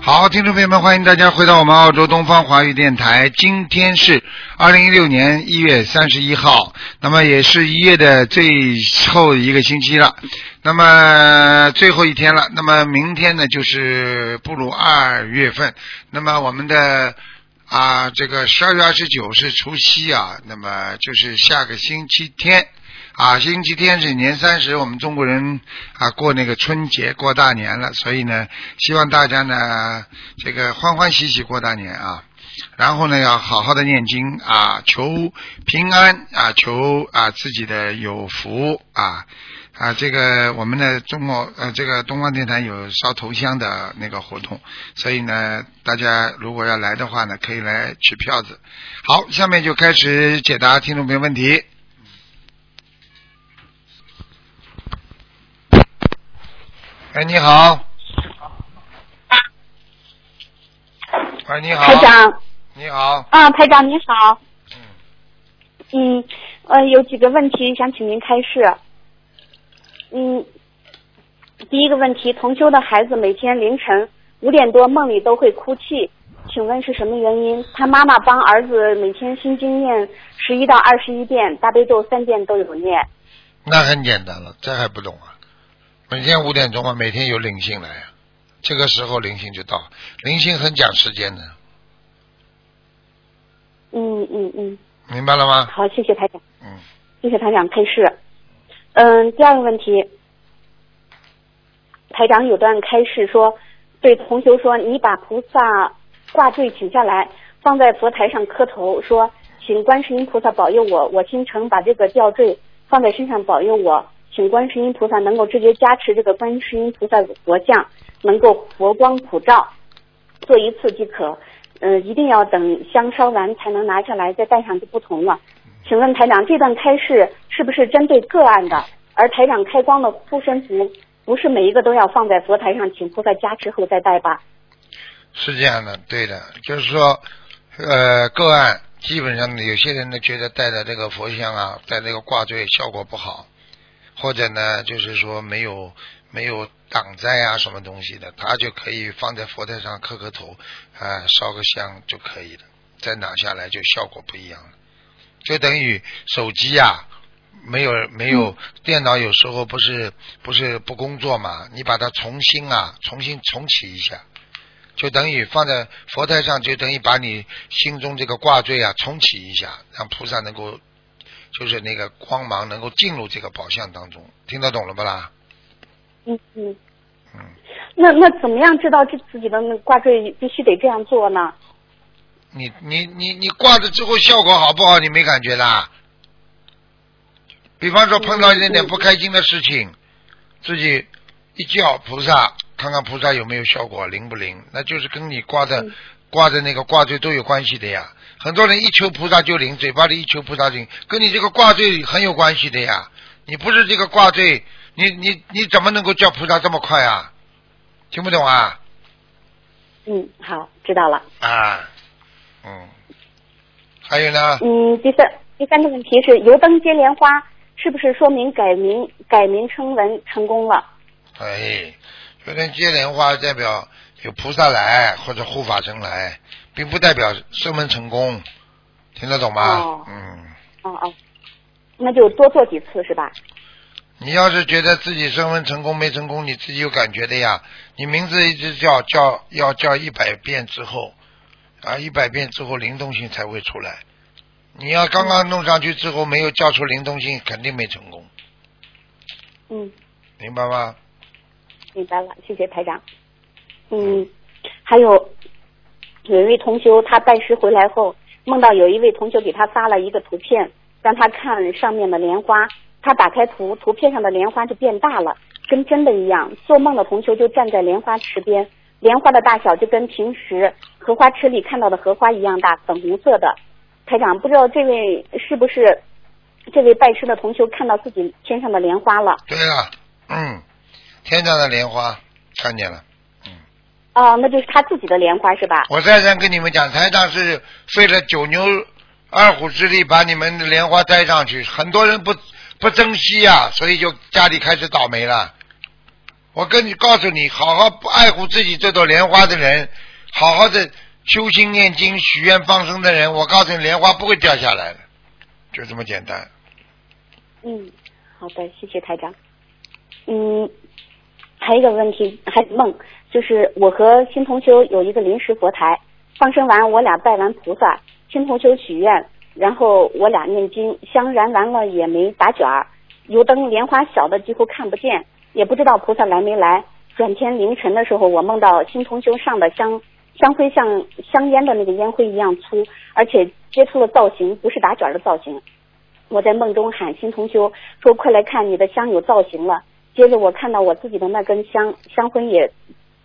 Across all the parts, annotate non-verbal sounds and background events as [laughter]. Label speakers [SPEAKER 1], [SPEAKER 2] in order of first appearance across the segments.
[SPEAKER 1] 好，听众朋友们，欢迎大家回到我们澳洲东方华语电台。今天是二零一六年一月三十一号，那么也是一月的最后一个星期了，那么最后一天了。那么明天呢，就是步入二月份。那么我们的啊，这个十二月二十九是除夕啊，那么就是下个星期天。啊，星期天是年三十，我们中国人啊过那个春节过大年了，所以呢，希望大家呢这个欢欢喜喜过大年啊，然后呢要好好的念经啊，求平安啊，求啊自己的有福啊。啊，这个我们的中国呃，这个东方电台有烧头香的那个活动，所以呢，大家如果要来的话呢，可以来取票子。好，下面就开始解答听众朋友问题。哎，你好。喂，你好。
[SPEAKER 2] 台长，
[SPEAKER 1] 你好，
[SPEAKER 2] 啊，台长您好。嗯，呃，有几个问题想请您开示。嗯，第一个问题，同修的孩子每天凌晨五点多梦里都会哭泣，请问是什么原因？他妈妈帮儿子每天心经念十一到二十一遍，大悲咒三遍都有念。
[SPEAKER 1] 那很简单了，这还不懂啊？每天五点钟啊，每天有灵性来啊，这个时候灵性就到，灵性很讲时间的，
[SPEAKER 2] 嗯嗯嗯，
[SPEAKER 1] 明白了吗？
[SPEAKER 2] 好，谢谢台长。
[SPEAKER 1] 嗯，
[SPEAKER 2] 谢谢台长开示。嗯，第二个问题，台长有段开示说，对同修说，你把菩萨挂坠取下来，放在佛台上磕头，说，请观世音菩萨保佑我，我心诚把这个吊坠放在身上保佑我，请观世音菩萨能够直接加持这个观世音菩萨的佛像，能够佛光普照，做一次即可。嗯，一定要等香烧完才能拿下来，再戴上就不同了。请问台长，这段开示是不是针对个案的？而台长开光的护身符，不是每一个都要放在佛台上，请菩萨加持后再戴吧？
[SPEAKER 1] 是这样的，对的，就是说，呃，个案基本上呢有些人呢觉得戴的这个佛像啊，戴那个挂坠效果不好，或者呢就是说没有没有挡灾啊什么东西的，他就可以放在佛台上磕个头，啊、烧个香就可以了，再拿下来就效果不一样了，就等于手机呀、没有没有、电脑有时候不是不是不工作嘛，你把它重新啊重新重启一下，就等于放在佛台上，就等于把你心中这个挂坠啊重启一下，让菩萨能够就是那个光芒能够进入这个宝相当中，听得懂了不啦？
[SPEAKER 2] 嗯嗯。
[SPEAKER 1] 嗯，
[SPEAKER 2] 那那怎么样知道这自己的那挂坠必须得这样做呢？
[SPEAKER 1] 你你你你挂着之后效果好不好？你没感觉啦？比方说碰到一点点不开心的事情，自己一叫菩萨，看看菩萨有没有效果，灵不灵？那就是跟你挂的
[SPEAKER 2] 嗯
[SPEAKER 1] 挂的那个挂坠都有关系的呀。很多人一求菩萨就灵，嘴巴里一求菩萨灵，跟你这个挂坠很有关系的呀。你不是这个挂坠，你你你怎么能够叫菩萨这么快啊？听不懂啊？
[SPEAKER 2] 嗯，好，知道了。
[SPEAKER 1] 啊，嗯，还有呢？
[SPEAKER 2] 嗯，第三第三个问题是油灯接莲花，是不是说明改名改名称文成功了？
[SPEAKER 1] 哎，有人接莲花代表有菩萨来或者护法神来，并不代表升门成功，听得懂吗？
[SPEAKER 2] 哦
[SPEAKER 1] 嗯，
[SPEAKER 2] 哦哦，那就多做几次是吧？
[SPEAKER 1] 你要是觉得自己升门成功没成功，你自己有感觉的呀。你名字一直叫叫要叫一百遍之后，啊，一百遍之后灵动性才会出来。你要刚刚弄上去之后没有叫出灵动性，肯定没成功，
[SPEAKER 2] 嗯，
[SPEAKER 1] 明白吗？
[SPEAKER 2] 明白了，谢谢台长。嗯，还有有一位同修，他拜师回来后，梦到有一位同修给他发了一个图片，让他看上面的莲花。他打开图，图片上的莲花就变大了，跟真的一样。做梦的同修就站在莲花池边，莲花的大小就跟平时荷花池里看到的荷花一样大，粉红色的。台长，不知道这位是不是这位拜师的同修看到自己天上的莲花了。
[SPEAKER 1] 对了，嗯，天上的莲花看见了。
[SPEAKER 2] 哦，那就是他自己的莲花是吧？
[SPEAKER 1] 我再三跟你们讲，台长是费了九牛二虎之力把你们的莲花带上去，很多人不不珍惜呀、所以就家里开始倒霉了。我跟你告诉你，好好爱护自己这朵莲花的人，好好的修心念经、许愿放生的人，我告诉你，莲花不会掉下来的，就这么简单。
[SPEAKER 2] 嗯，好的，谢谢台长。嗯，还有一个问题，还有梦，就是我和新同修有一个临时佛台，放生完我俩拜完菩萨，新同修许愿，然后我俩念经，香燃完了也没打卷儿，油灯莲花小的几乎看不见，也不知道菩萨来没来。转天凌晨的时候，我梦到新同修上的香香灰像香烟的那个烟灰一样粗，而且接触了造型，不是打卷儿的造型。我在梦中喊新同修说：“快来看，你的香有造型了。”接着我看到我自己的那根香香灰也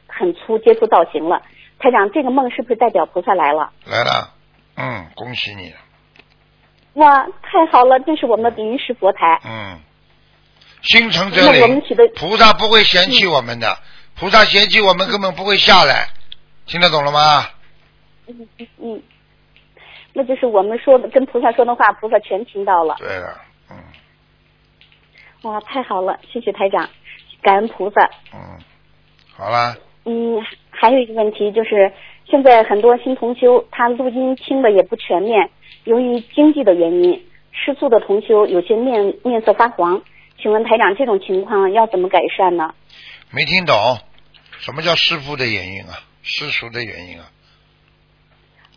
[SPEAKER 2] 很粗，接触造型了。台长，这个梦是不是代表菩萨来了？
[SPEAKER 1] 来了，嗯，恭喜你了，
[SPEAKER 2] 哇，太好了！这是我们的临时佛台。
[SPEAKER 1] 嗯，心诚
[SPEAKER 2] 那
[SPEAKER 1] 则
[SPEAKER 2] 我们
[SPEAKER 1] 灵
[SPEAKER 2] 取的，
[SPEAKER 1] 菩萨不会嫌弃我们的，菩萨嫌弃我们根本不会下来，听得懂了吗？
[SPEAKER 2] 嗯，那就是我们说的跟菩萨说的话，菩萨全听到了。
[SPEAKER 1] 对了，嗯
[SPEAKER 2] 哇，太好了！谢谢台长，感恩菩萨。
[SPEAKER 1] 嗯，好啦，
[SPEAKER 2] 嗯，还有一个问题就是，现在很多新同修他录音听的也不全面，由于经济的原因，吃素的同修有些面面色发黄。请问台长，这种情况要怎么改善呢？
[SPEAKER 1] 没听懂，什么叫师傅的原因啊？世俗的原因啊？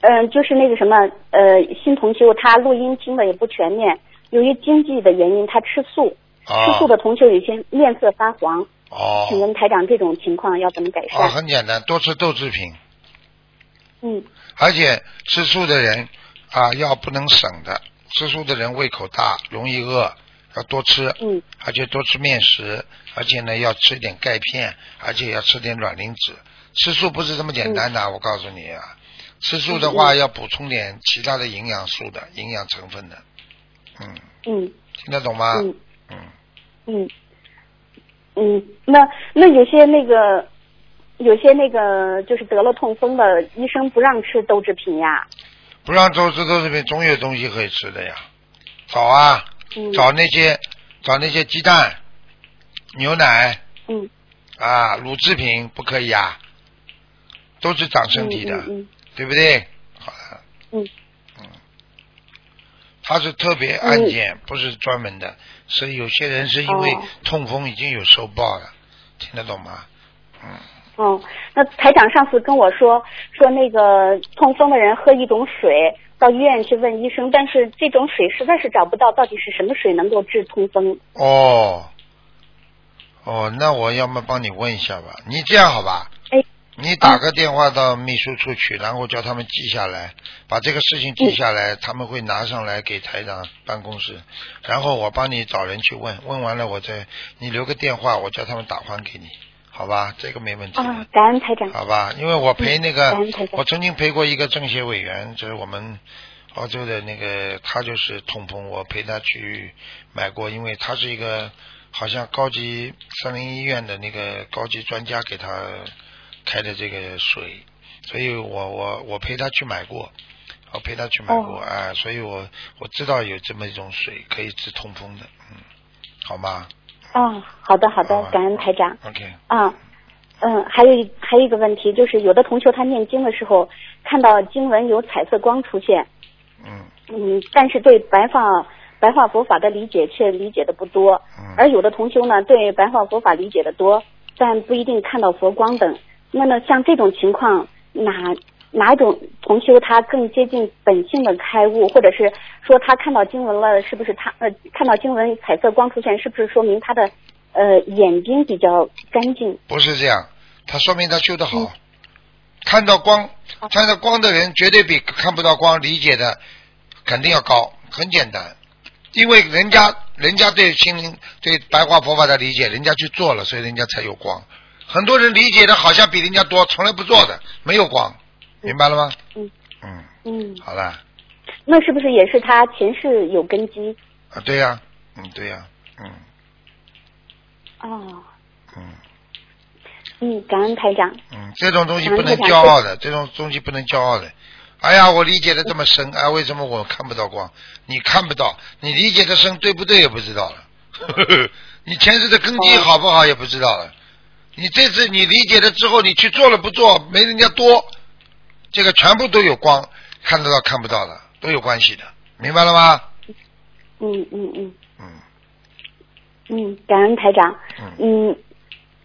[SPEAKER 2] 嗯、就是那个什么，呃，新同修他录音听的也不全面，由于经济的原因，他吃素，吃素
[SPEAKER 1] 哦
[SPEAKER 2] 的同修有些面色发黄。
[SPEAKER 1] 哦
[SPEAKER 2] 请问台长，这种情况要怎么改
[SPEAKER 1] 哦，
[SPEAKER 2] 善？
[SPEAKER 1] 很简单，多吃豆制品，
[SPEAKER 2] 嗯，
[SPEAKER 1] 而且吃素的人啊，要不能省的，吃素的人胃口大，容易饿，要多吃，
[SPEAKER 2] 嗯，
[SPEAKER 1] 而且多吃面食，而且呢要吃点钙片，而且要吃点卵磷脂。吃素不是这么简单的，
[SPEAKER 2] 嗯
[SPEAKER 1] 我告诉你啊，吃素的话要补充点其他的营养素的营养成分的，嗯，
[SPEAKER 2] 嗯
[SPEAKER 1] 听得懂吗？
[SPEAKER 2] 嗯
[SPEAKER 1] 嗯
[SPEAKER 2] 嗯嗯，那那有些那个有些那个就是得了痛风的医生不让吃豆制品呀。
[SPEAKER 1] 不让周吃豆制品，总有东西可以吃的呀。找啊，
[SPEAKER 2] 嗯
[SPEAKER 1] 找那些找那些鸡蛋、牛奶
[SPEAKER 2] 嗯
[SPEAKER 1] 啊、乳制品不可以啊，都是长身体的，
[SPEAKER 2] 嗯嗯
[SPEAKER 1] 对不对？好了。
[SPEAKER 2] 嗯
[SPEAKER 1] 嗯它是特别案件，不是专门的，所以有些人是因为
[SPEAKER 2] 嗯哦
[SPEAKER 1] 痛风已经有收报了，听得懂吗？嗯，
[SPEAKER 2] 嗯哦，那台长上次跟我说说那个痛风的人喝一种水，到医院去问医生，但是这种水实在是找不到到底是什么水能够治痛风。
[SPEAKER 1] 哦，哦，那我要么帮你问一下吧。你这样好吧？
[SPEAKER 2] 哎
[SPEAKER 1] 你打个电话到秘书处去，然后叫他们记下来，把这个事情记下来，他们会拿上来给台长办公室，然后我帮你找人去问，问完了我再你留个电话，我叫他们打还给你，好吧？这个没问题的。
[SPEAKER 2] 啊，感恩台长。
[SPEAKER 1] 好吧，因为我陪那个
[SPEAKER 2] 嗯感恩台，长
[SPEAKER 1] 我曾经陪过一个政协委员，就是我们澳洲的那个，他就是痛风，我陪他去买过，因为他是一个好像高级三零医院的那个高级专家给他开的这个水，所以我我我陪他去买过，我陪他去买过，
[SPEAKER 2] 哦
[SPEAKER 1] 啊，所以我我知道有这么一种水可以治痛风的，嗯，好吗
[SPEAKER 2] 啊，好的好的
[SPEAKER 1] 好吧，
[SPEAKER 2] 感恩台长。
[SPEAKER 1] ？OK，
[SPEAKER 2] 啊，嗯，还有一还有一个问题，就是有的同学他念经的时候看到经文有彩色光出现，
[SPEAKER 1] 嗯
[SPEAKER 2] 嗯，但是对白话白话佛法的理解却理解的不多，
[SPEAKER 1] 嗯，
[SPEAKER 2] 而有的同修呢对白话佛法理解的多，但不一定看到佛光等。那么像这种情况，哪哪种同修他更接近本性的开悟，或者是说他看到经文了，是不是他呃看到经文彩色光出现，是不是说明他的呃眼睛比较干净？
[SPEAKER 1] 不是这样，他说明他修得好。
[SPEAKER 2] 嗯
[SPEAKER 1] 看到光，
[SPEAKER 2] 哦
[SPEAKER 1] 看到光的人绝对比看不到光理解的肯定要高，很简单，因为人家人家对心灵对白话佛法的理解，人家去做了，所以人家才有光。很多人理解的好像比人家多，从来不做的，没有光，明白了吗？
[SPEAKER 2] 嗯
[SPEAKER 1] 嗯，
[SPEAKER 2] 嗯，
[SPEAKER 1] 好了，
[SPEAKER 2] 那是不是也是他前世有根基？
[SPEAKER 1] 啊，对呀、嗯，对呀、嗯
[SPEAKER 2] 哦，
[SPEAKER 1] 嗯
[SPEAKER 2] 嗯，感恩台长。
[SPEAKER 1] 嗯，这种东西不能骄傲的，这种东西不能骄傲的。哎呀，我理解的这么深，哎，为什么我看不到光？你看不到，你理解的深对不对也不知道了。 [laughs] 你前世的根
[SPEAKER 2] 哦
[SPEAKER 1] 基好不好也不知道了。你这次你理解了之后，你去做了不做，没人家多，这个全部都有光，看得到看不到的都有关系的，明白了吗？
[SPEAKER 2] 嗯嗯嗯
[SPEAKER 1] 嗯
[SPEAKER 2] 嗯，感恩台长。
[SPEAKER 1] 嗯，
[SPEAKER 2] 嗯，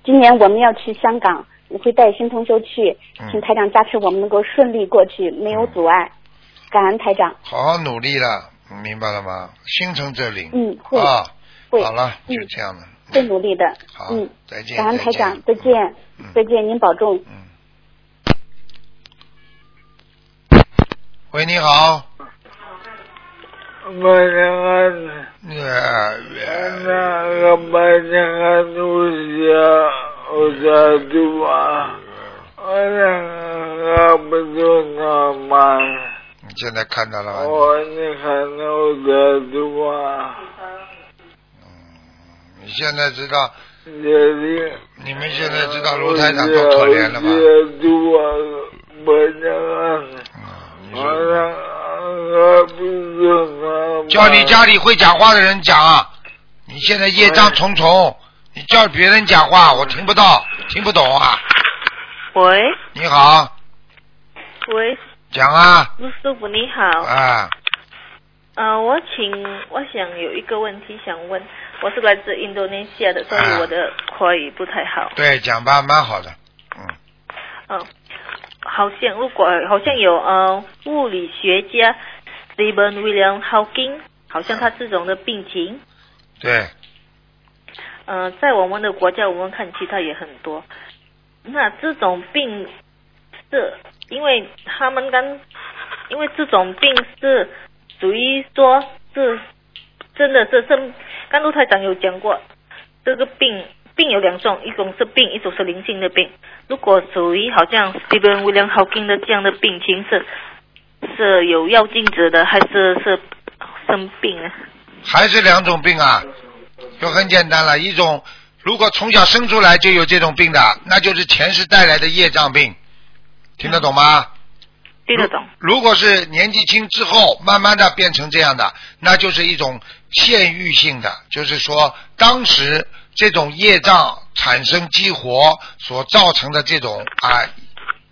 [SPEAKER 2] 今年我们要去香港，我会带新同修去
[SPEAKER 1] 嗯，
[SPEAKER 2] 请台长加持我们能够顺利过去，没有阻碍。感恩台长。
[SPEAKER 1] 好好努力了，明白了吗？心诚则灵。
[SPEAKER 2] 嗯，会
[SPEAKER 1] 啊，
[SPEAKER 2] 会
[SPEAKER 1] 好了，
[SPEAKER 2] 嗯
[SPEAKER 1] 就这样了。
[SPEAKER 2] 会努力的。
[SPEAKER 1] 好
[SPEAKER 2] 嗯，，
[SPEAKER 1] 再见，
[SPEAKER 2] 感恩台长，再
[SPEAKER 1] 再见。
[SPEAKER 2] 见
[SPEAKER 1] 嗯，
[SPEAKER 2] 再见，您保重。
[SPEAKER 1] 嗯。喂，你好。
[SPEAKER 3] Bacana,
[SPEAKER 1] 呃，
[SPEAKER 3] naga bacana usia usia tua, orang nggak betul nama.
[SPEAKER 1] 你现在看到了吗？
[SPEAKER 3] Oh ini karena usia tua,
[SPEAKER 1] 你现在知道，
[SPEAKER 3] jadi
[SPEAKER 1] 你们现在知道卢台长多可怜了吗？
[SPEAKER 3] Usia tua bacana,
[SPEAKER 1] 嗯，你说，
[SPEAKER 3] orang nggak betul nama.
[SPEAKER 1] 叫你家里会讲话的人讲啊，你现在业障重重，你叫别人讲话，我听不到，听不懂啊。
[SPEAKER 4] 喂
[SPEAKER 1] 你好，
[SPEAKER 4] 喂，
[SPEAKER 1] 讲啊，
[SPEAKER 4] 陆师傅你好，
[SPEAKER 1] 啊，
[SPEAKER 4] 呃，我请我想有一个问题想问，我是来自印度尼西亚的，所以
[SPEAKER 1] 啊
[SPEAKER 4] 我的口语不太好，
[SPEAKER 1] 对，讲吧，蛮好的，嗯，
[SPEAKER 4] 嗯、好像如果好像有呃物理学家 Stephen William Hawking，好像他这种的病情，
[SPEAKER 1] 对，
[SPEAKER 4] 呃，在我们的国家我们看其他也很多，那这种病是因为他们刚，因为这种病是属于说是真的是生，刚陆台长有讲过，这个病病有两种，一种是病，一种是灵性的病。如果属于好像 Stephen William Hawking 的这样的病情是是有药精子的，还是是生病呢？
[SPEAKER 1] 还是两种病啊，就很简单了，一种如果从小生出来就有这种病的，那就是前世带来的业障病，听得懂吗？
[SPEAKER 4] 听得懂？
[SPEAKER 1] 如如果是年纪轻之后，慢慢的变成这样的，那就是一种现遇性的，就是说当时这种业障产生激活所造成的这种啊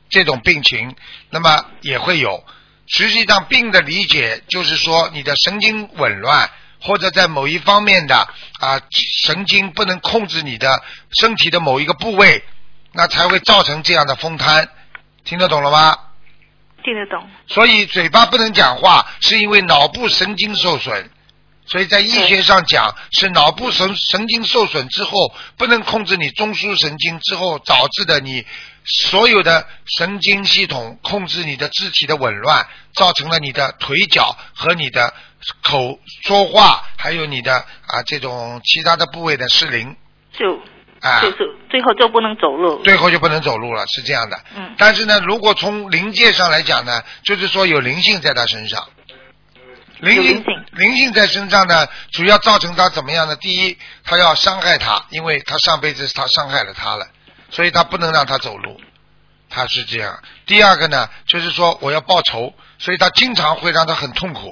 [SPEAKER 1] 这种病情，那么也会有。实际上，病的理解就是说你的神经紊乱，或者在某一方面的啊神经不能控制你的身体的某一个部位，那才会造成这样的风瘫。听得懂了吗？
[SPEAKER 4] 听得懂？
[SPEAKER 1] 所以嘴巴不能讲话，是因为脑部神经受损。所以在医学上讲，是脑部神神经受损之后，不能控制你中枢神经之后导致的你所有的神经系统控制你的肢体的紊乱，造成了你的腿脚和你的口说话，还有你的啊这种其他的部位的失灵
[SPEAKER 4] 就
[SPEAKER 1] 啊。
[SPEAKER 4] 就是最后就不能走路。
[SPEAKER 1] 最后就不能走路了，是这样的。
[SPEAKER 4] 嗯
[SPEAKER 1] 但是呢，如果从灵界上来讲呢，就是说有灵性在他身上，灵
[SPEAKER 4] 有
[SPEAKER 1] 性
[SPEAKER 4] 灵性
[SPEAKER 1] 灵性在身上呢，主要造成他怎么样呢？第一，他要伤害他，因为他上辈子他伤害了他了，所以他不能让他走路，他是这样。第二个呢，就是说我要报仇，所以他经常会让他很痛苦，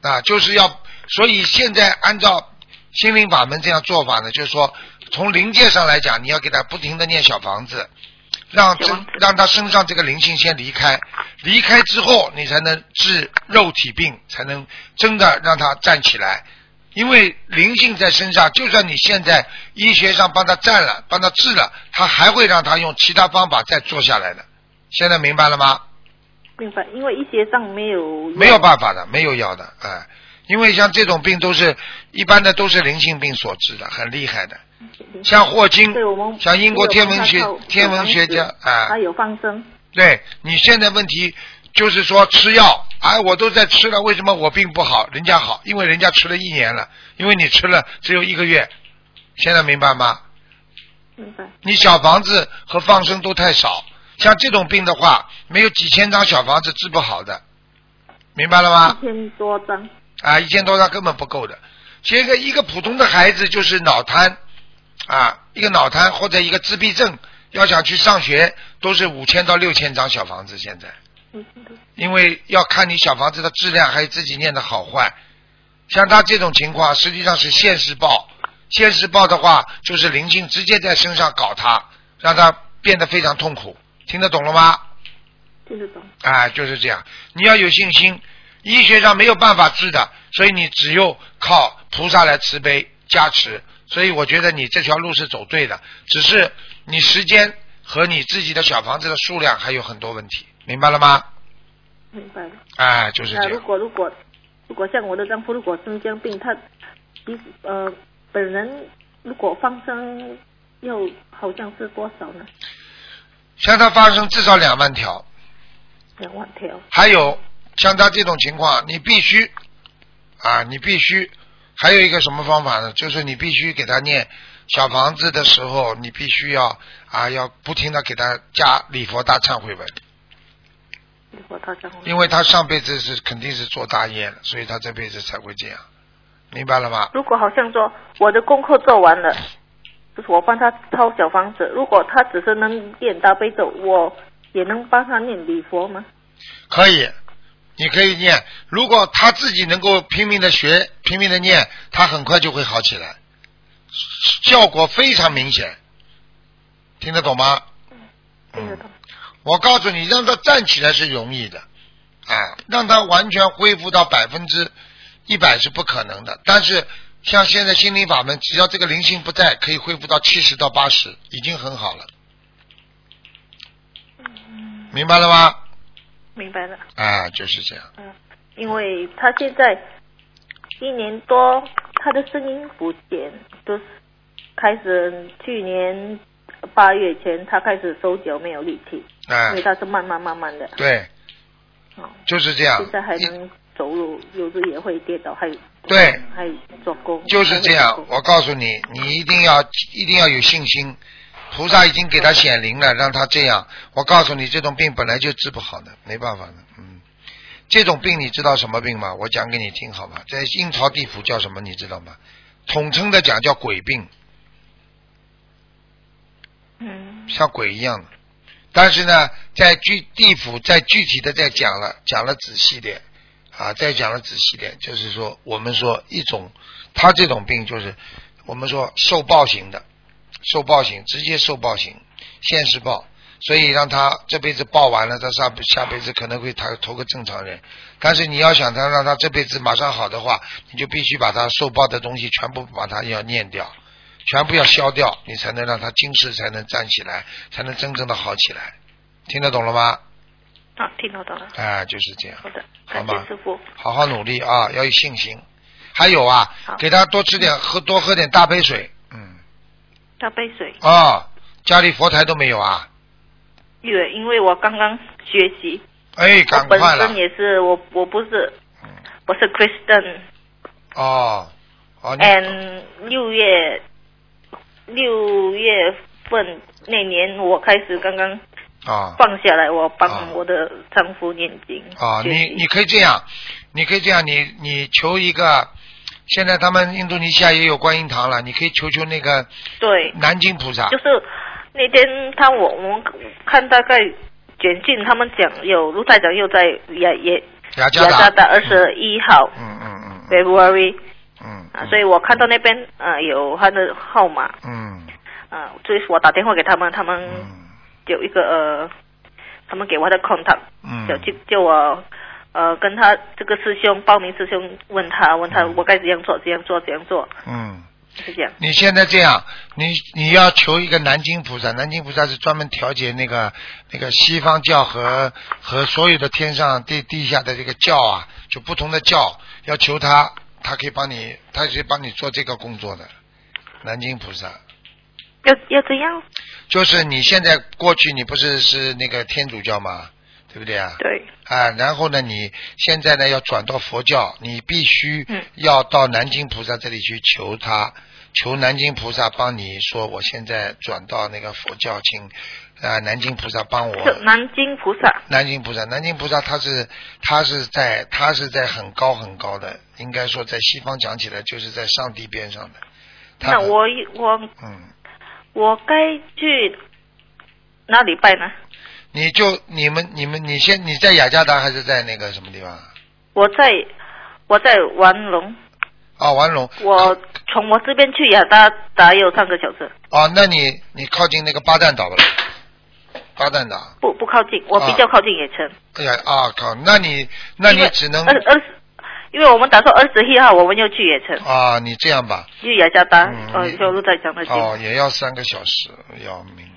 [SPEAKER 1] 啊，就是要，所以现在按照心灵法门这样做法呢，就是说从灵界上来讲，你要给他不停的念小房子，让
[SPEAKER 4] 小
[SPEAKER 1] 这
[SPEAKER 4] 房子
[SPEAKER 1] 让他身上这个灵性先离开，离开之后，你才能治肉体病，才能真的让他站起来。因为灵性在身上，就算你现在医学上帮他站了，帮他治了，他还会让他用其他方法再坐下来的。现在明白了吗？
[SPEAKER 4] 明白，因为医学上没有
[SPEAKER 1] 没有办法的，没有药的，哎、因为像这种病都是一般的都是灵性病所致的，很厉害的。像霍金
[SPEAKER 4] 嗯对我们，
[SPEAKER 1] 像英国天文学
[SPEAKER 4] 没有办法靠
[SPEAKER 1] 天文学家啊，
[SPEAKER 4] 它有放生，
[SPEAKER 1] 对你现在问题就是说吃药，哎，我都在吃了，为什么我病不好，人家好？因为人家吃了一年了，因为你吃了只有一个月，现在明白吗？
[SPEAKER 4] 明白？
[SPEAKER 1] 你小房子和放生都太少，像这种病的话，没有几千张小房子治不好的，明白了吗？
[SPEAKER 4] 一千多张，
[SPEAKER 1] 啊，一千多张根本不够的。这个一个普通的孩子就是脑瘫啊，一个脑瘫或者一个自闭症，要想去上学都是五千到六千张小房子现在。
[SPEAKER 4] 嗯
[SPEAKER 1] 因为要看你小房子的质量，还有自己念的好坏。像他这种情况，实际上是现世报。现世报的话，就是灵性直接在身上搞他，让他变得非常痛苦。听得懂了吗？
[SPEAKER 5] 听得懂。
[SPEAKER 1] 啊，就是这样。你要有信心，医学上没有办法治的，所以你只有靠菩萨来慈悲加持。所以我觉得你这条路是走对的，只是你时间和你自己的小房子的数量还有很多问题，明白了吗？
[SPEAKER 5] 明白了。
[SPEAKER 1] 哎，就是
[SPEAKER 4] 那
[SPEAKER 1] 这
[SPEAKER 4] 呃如
[SPEAKER 1] 样。
[SPEAKER 4] 果如果如果像我的丈夫，如果生这样病，他其实呃本人如果放生又好像是多少呢？
[SPEAKER 1] 像他发生至少两万条，
[SPEAKER 4] 两万条。
[SPEAKER 1] 还有像他这种情况，你必须啊，你必须还有一个什么方法呢？就是你必须给他念小房子的时候，你必须要啊，要不停的给他加礼佛大忏悔文，
[SPEAKER 4] 如果他这样，
[SPEAKER 1] 因为他上辈子是肯定是做大业了，所以他这辈子才会这样，明白了吗？
[SPEAKER 4] 如果好像说我的功课做完了，就是我帮他抄小房子，如果他只是能念大悲咒，我也能帮他念礼佛吗？
[SPEAKER 1] 可以，你可以念。如果他自己能够拼命的学、拼命的念，他很快就会好起来，效果非常明显。听得懂吗？嗯
[SPEAKER 4] 听得懂。
[SPEAKER 1] 我告诉你，让他站起来是容易的，啊，让他完全恢复到百分之一百是不可能的。但是像现在心灵法门，只要这个灵性不在，可以恢复到七十到八十，已经很好了。
[SPEAKER 4] 嗯
[SPEAKER 1] 明白了吗？
[SPEAKER 4] 明白了。
[SPEAKER 1] 啊，就是这样。
[SPEAKER 4] 嗯，因为他现在一年多，他的声音不见，就是开始去年八月前，他开始手脚没有力气，
[SPEAKER 1] 啊
[SPEAKER 4] 因为，他是慢慢慢慢的，
[SPEAKER 1] 对，
[SPEAKER 4] 哦，
[SPEAKER 1] 就是这样。
[SPEAKER 4] 现在还
[SPEAKER 1] 一
[SPEAKER 4] 能走路，有时也会跌倒，还
[SPEAKER 1] 对，
[SPEAKER 4] 还做工，
[SPEAKER 1] 嗯就是这
[SPEAKER 4] 还会
[SPEAKER 1] 样
[SPEAKER 4] 做。工
[SPEAKER 1] 我告诉你，你一定要一定要有信心。菩萨已经给他显灵了，让他这样。我告诉你，这种病本来就治不好的，没办法的。嗯，这种病你知道什么病吗？我讲给你听好吗？在阴曹地府叫什么？你知道吗？统称的讲叫鬼病，
[SPEAKER 4] 嗯
[SPEAKER 1] 像鬼一样的。但是呢，在具地府在具体的再讲了，讲了仔细点啊，再讲了仔细点，就是说我们说一种他这种病就是我们说受报型的，受报型直接受报型，现世报。所以让他这辈子报完了，他下下辈子可能会投投个正常人。但是你要想他让他这辈子马上好的话，你就必须把他受报的东西全部把它要念掉。全部要消掉，你才能让他今世才能站起来，才能真正的好起来。听得懂了吗？
[SPEAKER 4] 啊，听得懂了，
[SPEAKER 1] 哎，就是这样，
[SPEAKER 4] 好的，
[SPEAKER 1] 好
[SPEAKER 4] 感
[SPEAKER 1] 吧
[SPEAKER 4] 谢师傅，
[SPEAKER 1] 好好努力啊，要有信心。还有啊
[SPEAKER 4] 好，
[SPEAKER 1] 给他多吃点喝，多喝点大杯水。嗯，
[SPEAKER 4] 大杯水，
[SPEAKER 1] 啊、家里佛台都没有啊？
[SPEAKER 4] 因为因为我刚刚学习，
[SPEAKER 1] 哎，赶
[SPEAKER 4] 我本
[SPEAKER 1] 快了
[SPEAKER 4] 身。也是我我不是
[SPEAKER 1] 嗯
[SPEAKER 4] 我是 Christian。
[SPEAKER 1] 哦，哦，你
[SPEAKER 4] and 六月六月份那年，我开始刚刚
[SPEAKER 1] 啊
[SPEAKER 4] 放下来，我
[SPEAKER 1] 啊
[SPEAKER 4] 帮我的丈夫念经
[SPEAKER 1] 啊，
[SPEAKER 4] 学
[SPEAKER 1] 你
[SPEAKER 4] 习
[SPEAKER 1] 你可以这样，你可以这样，你你求一个，现在他们印度尼西亚也有观音堂了，你可以求求那个
[SPEAKER 4] 对，
[SPEAKER 1] 南京菩萨。
[SPEAKER 4] 就是那天他我我们看大概简讯，他们讲有卢台长又在雅也
[SPEAKER 1] 雅加
[SPEAKER 4] 雅
[SPEAKER 1] 达
[SPEAKER 4] 加达二十一号
[SPEAKER 1] 嗯嗯嗯嗯
[SPEAKER 4] February
[SPEAKER 1] 嗯
[SPEAKER 4] 啊，所以我看到那边呃有他的号码
[SPEAKER 1] 嗯
[SPEAKER 4] 啊，所以我打电话给他们，他们
[SPEAKER 1] 嗯
[SPEAKER 4] 有一个呃，他们给我的 contact。
[SPEAKER 1] 嗯，
[SPEAKER 4] 就就就我呃跟他这个师兄报名师兄问他问他我该怎样做怎样做怎样做
[SPEAKER 1] 嗯，
[SPEAKER 4] 是这样
[SPEAKER 1] 你现在这样，你你要求一个南京菩萨，南京菩萨是专门调节那个那个西方教和和所有的天上地地下的这个教啊，就不同的教，要求他，他可以帮你，他可以帮你做这个工作的。南京菩萨，
[SPEAKER 4] 要要怎样
[SPEAKER 1] 就是你现在过去你不是是那个天主教嘛，对不对啊？
[SPEAKER 4] 对
[SPEAKER 1] 啊，然后呢，你现在呢要转到佛教，你必须
[SPEAKER 4] 嗯
[SPEAKER 1] 要到南京菩萨这里去求他，求南京菩萨帮你说，我现在转到那个佛教，请啊、南京菩萨帮我
[SPEAKER 4] 是南京菩萨
[SPEAKER 1] 南京菩萨，南京菩萨他是他是在他是在很高很高的，应该说在西方讲起来就是在上帝边上的。他
[SPEAKER 4] 那
[SPEAKER 1] 很
[SPEAKER 4] 我我
[SPEAKER 1] 嗯，
[SPEAKER 4] 我该去哪里拜呢？
[SPEAKER 1] 你就你们你们你先你在雅加达还是在那个什么地方？
[SPEAKER 4] 我在我在玩龙，
[SPEAKER 1] 啊，玩龙。
[SPEAKER 4] 我从我这边去雅达达有三个小时，
[SPEAKER 1] 哦，那你你靠近那个巴旦岛吧，巴旦岛。
[SPEAKER 4] 不不靠
[SPEAKER 1] 啊
[SPEAKER 4] 近，我比较靠近野城。
[SPEAKER 1] 哎呀啊靠！那你那
[SPEAKER 4] 因
[SPEAKER 1] 你
[SPEAKER 4] 为呃
[SPEAKER 1] 只能
[SPEAKER 4] 二二十，因为我们打算二十一号我们要去野城，
[SPEAKER 1] 啊，你这样吧，
[SPEAKER 4] 去雅加达，
[SPEAKER 1] 嗯
[SPEAKER 4] 呃，
[SPEAKER 1] 你
[SPEAKER 4] 就陆在讲的地方
[SPEAKER 1] 哦，也要三个小时，要命！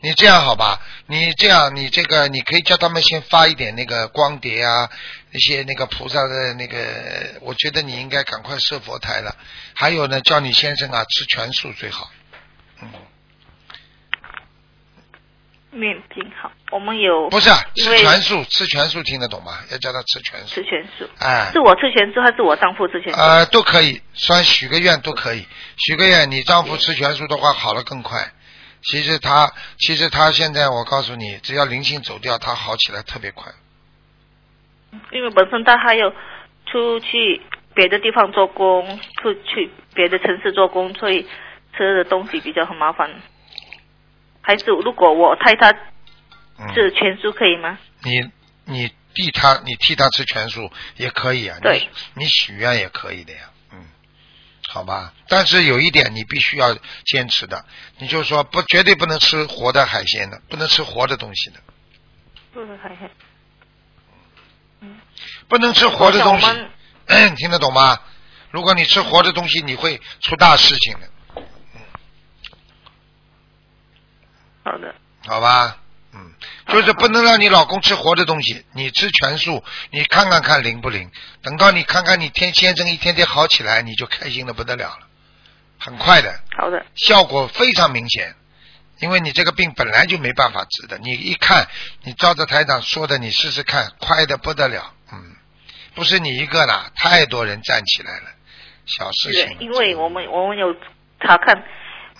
[SPEAKER 1] 你这样好吧？你这样，你这个你可以叫他们先发一点那个光碟啊，一些那个菩萨的那个，我觉得你应该赶快设佛台了。还有呢，叫你先生啊吃全素最好。嗯，
[SPEAKER 4] 面筋好，我们有
[SPEAKER 1] 不是啊
[SPEAKER 4] 因
[SPEAKER 1] 吃
[SPEAKER 4] 为
[SPEAKER 1] 全素，吃全素听得懂吗？要叫他吃全素
[SPEAKER 4] 吃，全素，
[SPEAKER 1] 哎
[SPEAKER 4] 是，我吃全素还是我丈夫吃全素？
[SPEAKER 1] 呃，都可以，算许个愿都可以。许个愿，你丈夫吃全素的话，好了更快。其实他，其实他现在，我告诉你，只要灵性走掉，他好起来特别快。
[SPEAKER 4] 因为本身他还有出去别的地方做工，出去别的城市做工，所以吃的东西比较很麻烦。还是如果我thay他
[SPEAKER 1] 嗯，
[SPEAKER 4] 吃全素可以吗？
[SPEAKER 1] 你你替他，你替他吃全素也可以啊。
[SPEAKER 4] 对
[SPEAKER 1] 你，你许愿也可以的呀。嗯，好吧。但是有一点你必须要坚持的，你就说不，绝对不能吃活的海鲜的，不能吃活的东西的，
[SPEAKER 4] 不
[SPEAKER 1] 嗯
[SPEAKER 4] 是嗯还还
[SPEAKER 1] 不能吃活的
[SPEAKER 4] 像
[SPEAKER 1] 东
[SPEAKER 4] 我
[SPEAKER 1] 西。[clears throat]
[SPEAKER 4] 们
[SPEAKER 1] 听得懂吗？如果你吃活的东西，你会出大事情的，
[SPEAKER 4] 好的，
[SPEAKER 1] 好吧？嗯，就是不能让你老公吃活的东西，你吃全素，你看看看灵不灵？等到你看看你天先生一天天好起来，你就开心的不得了了，很快的，
[SPEAKER 4] 好的，
[SPEAKER 1] 效果非常明显。因为你这个病本来就没办法治的，你一看，你照着台长说的，你试试看，快的不得了，嗯，不是你一个啦，太多人站起来了，小事
[SPEAKER 4] 是
[SPEAKER 1] 情。
[SPEAKER 4] 因为我们我们有查看，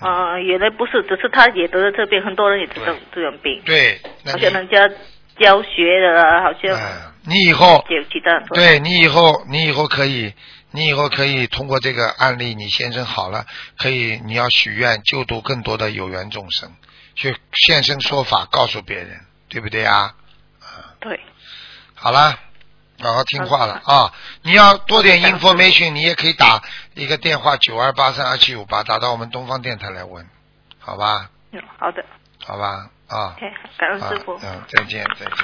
[SPEAKER 4] 呃，原来不是，只是他也得了这病，很多人也得了这种病，
[SPEAKER 1] 对，那
[SPEAKER 4] 好
[SPEAKER 1] 你
[SPEAKER 4] 像人家教学的啊，好像
[SPEAKER 1] 嗯，你以后
[SPEAKER 4] 有其他很多
[SPEAKER 1] 对你以后，你以后可以，你以后可以通过这个案例，你先生好了，可以你要许愿救度更多的有缘众生，去现身说法，告诉别人，对不对啊？
[SPEAKER 4] 对，
[SPEAKER 1] 好了，好好听话了啊！你要多点
[SPEAKER 4] 好的
[SPEAKER 1] information，你也可以打一个电话九二八三二七五八，打到我们东方电台来问，好吧？
[SPEAKER 4] 嗯好的
[SPEAKER 1] 好吧？啊。
[SPEAKER 4] ，OK，感恩
[SPEAKER 1] 啊，
[SPEAKER 4] 师傅。
[SPEAKER 1] 嗯，再见，再见。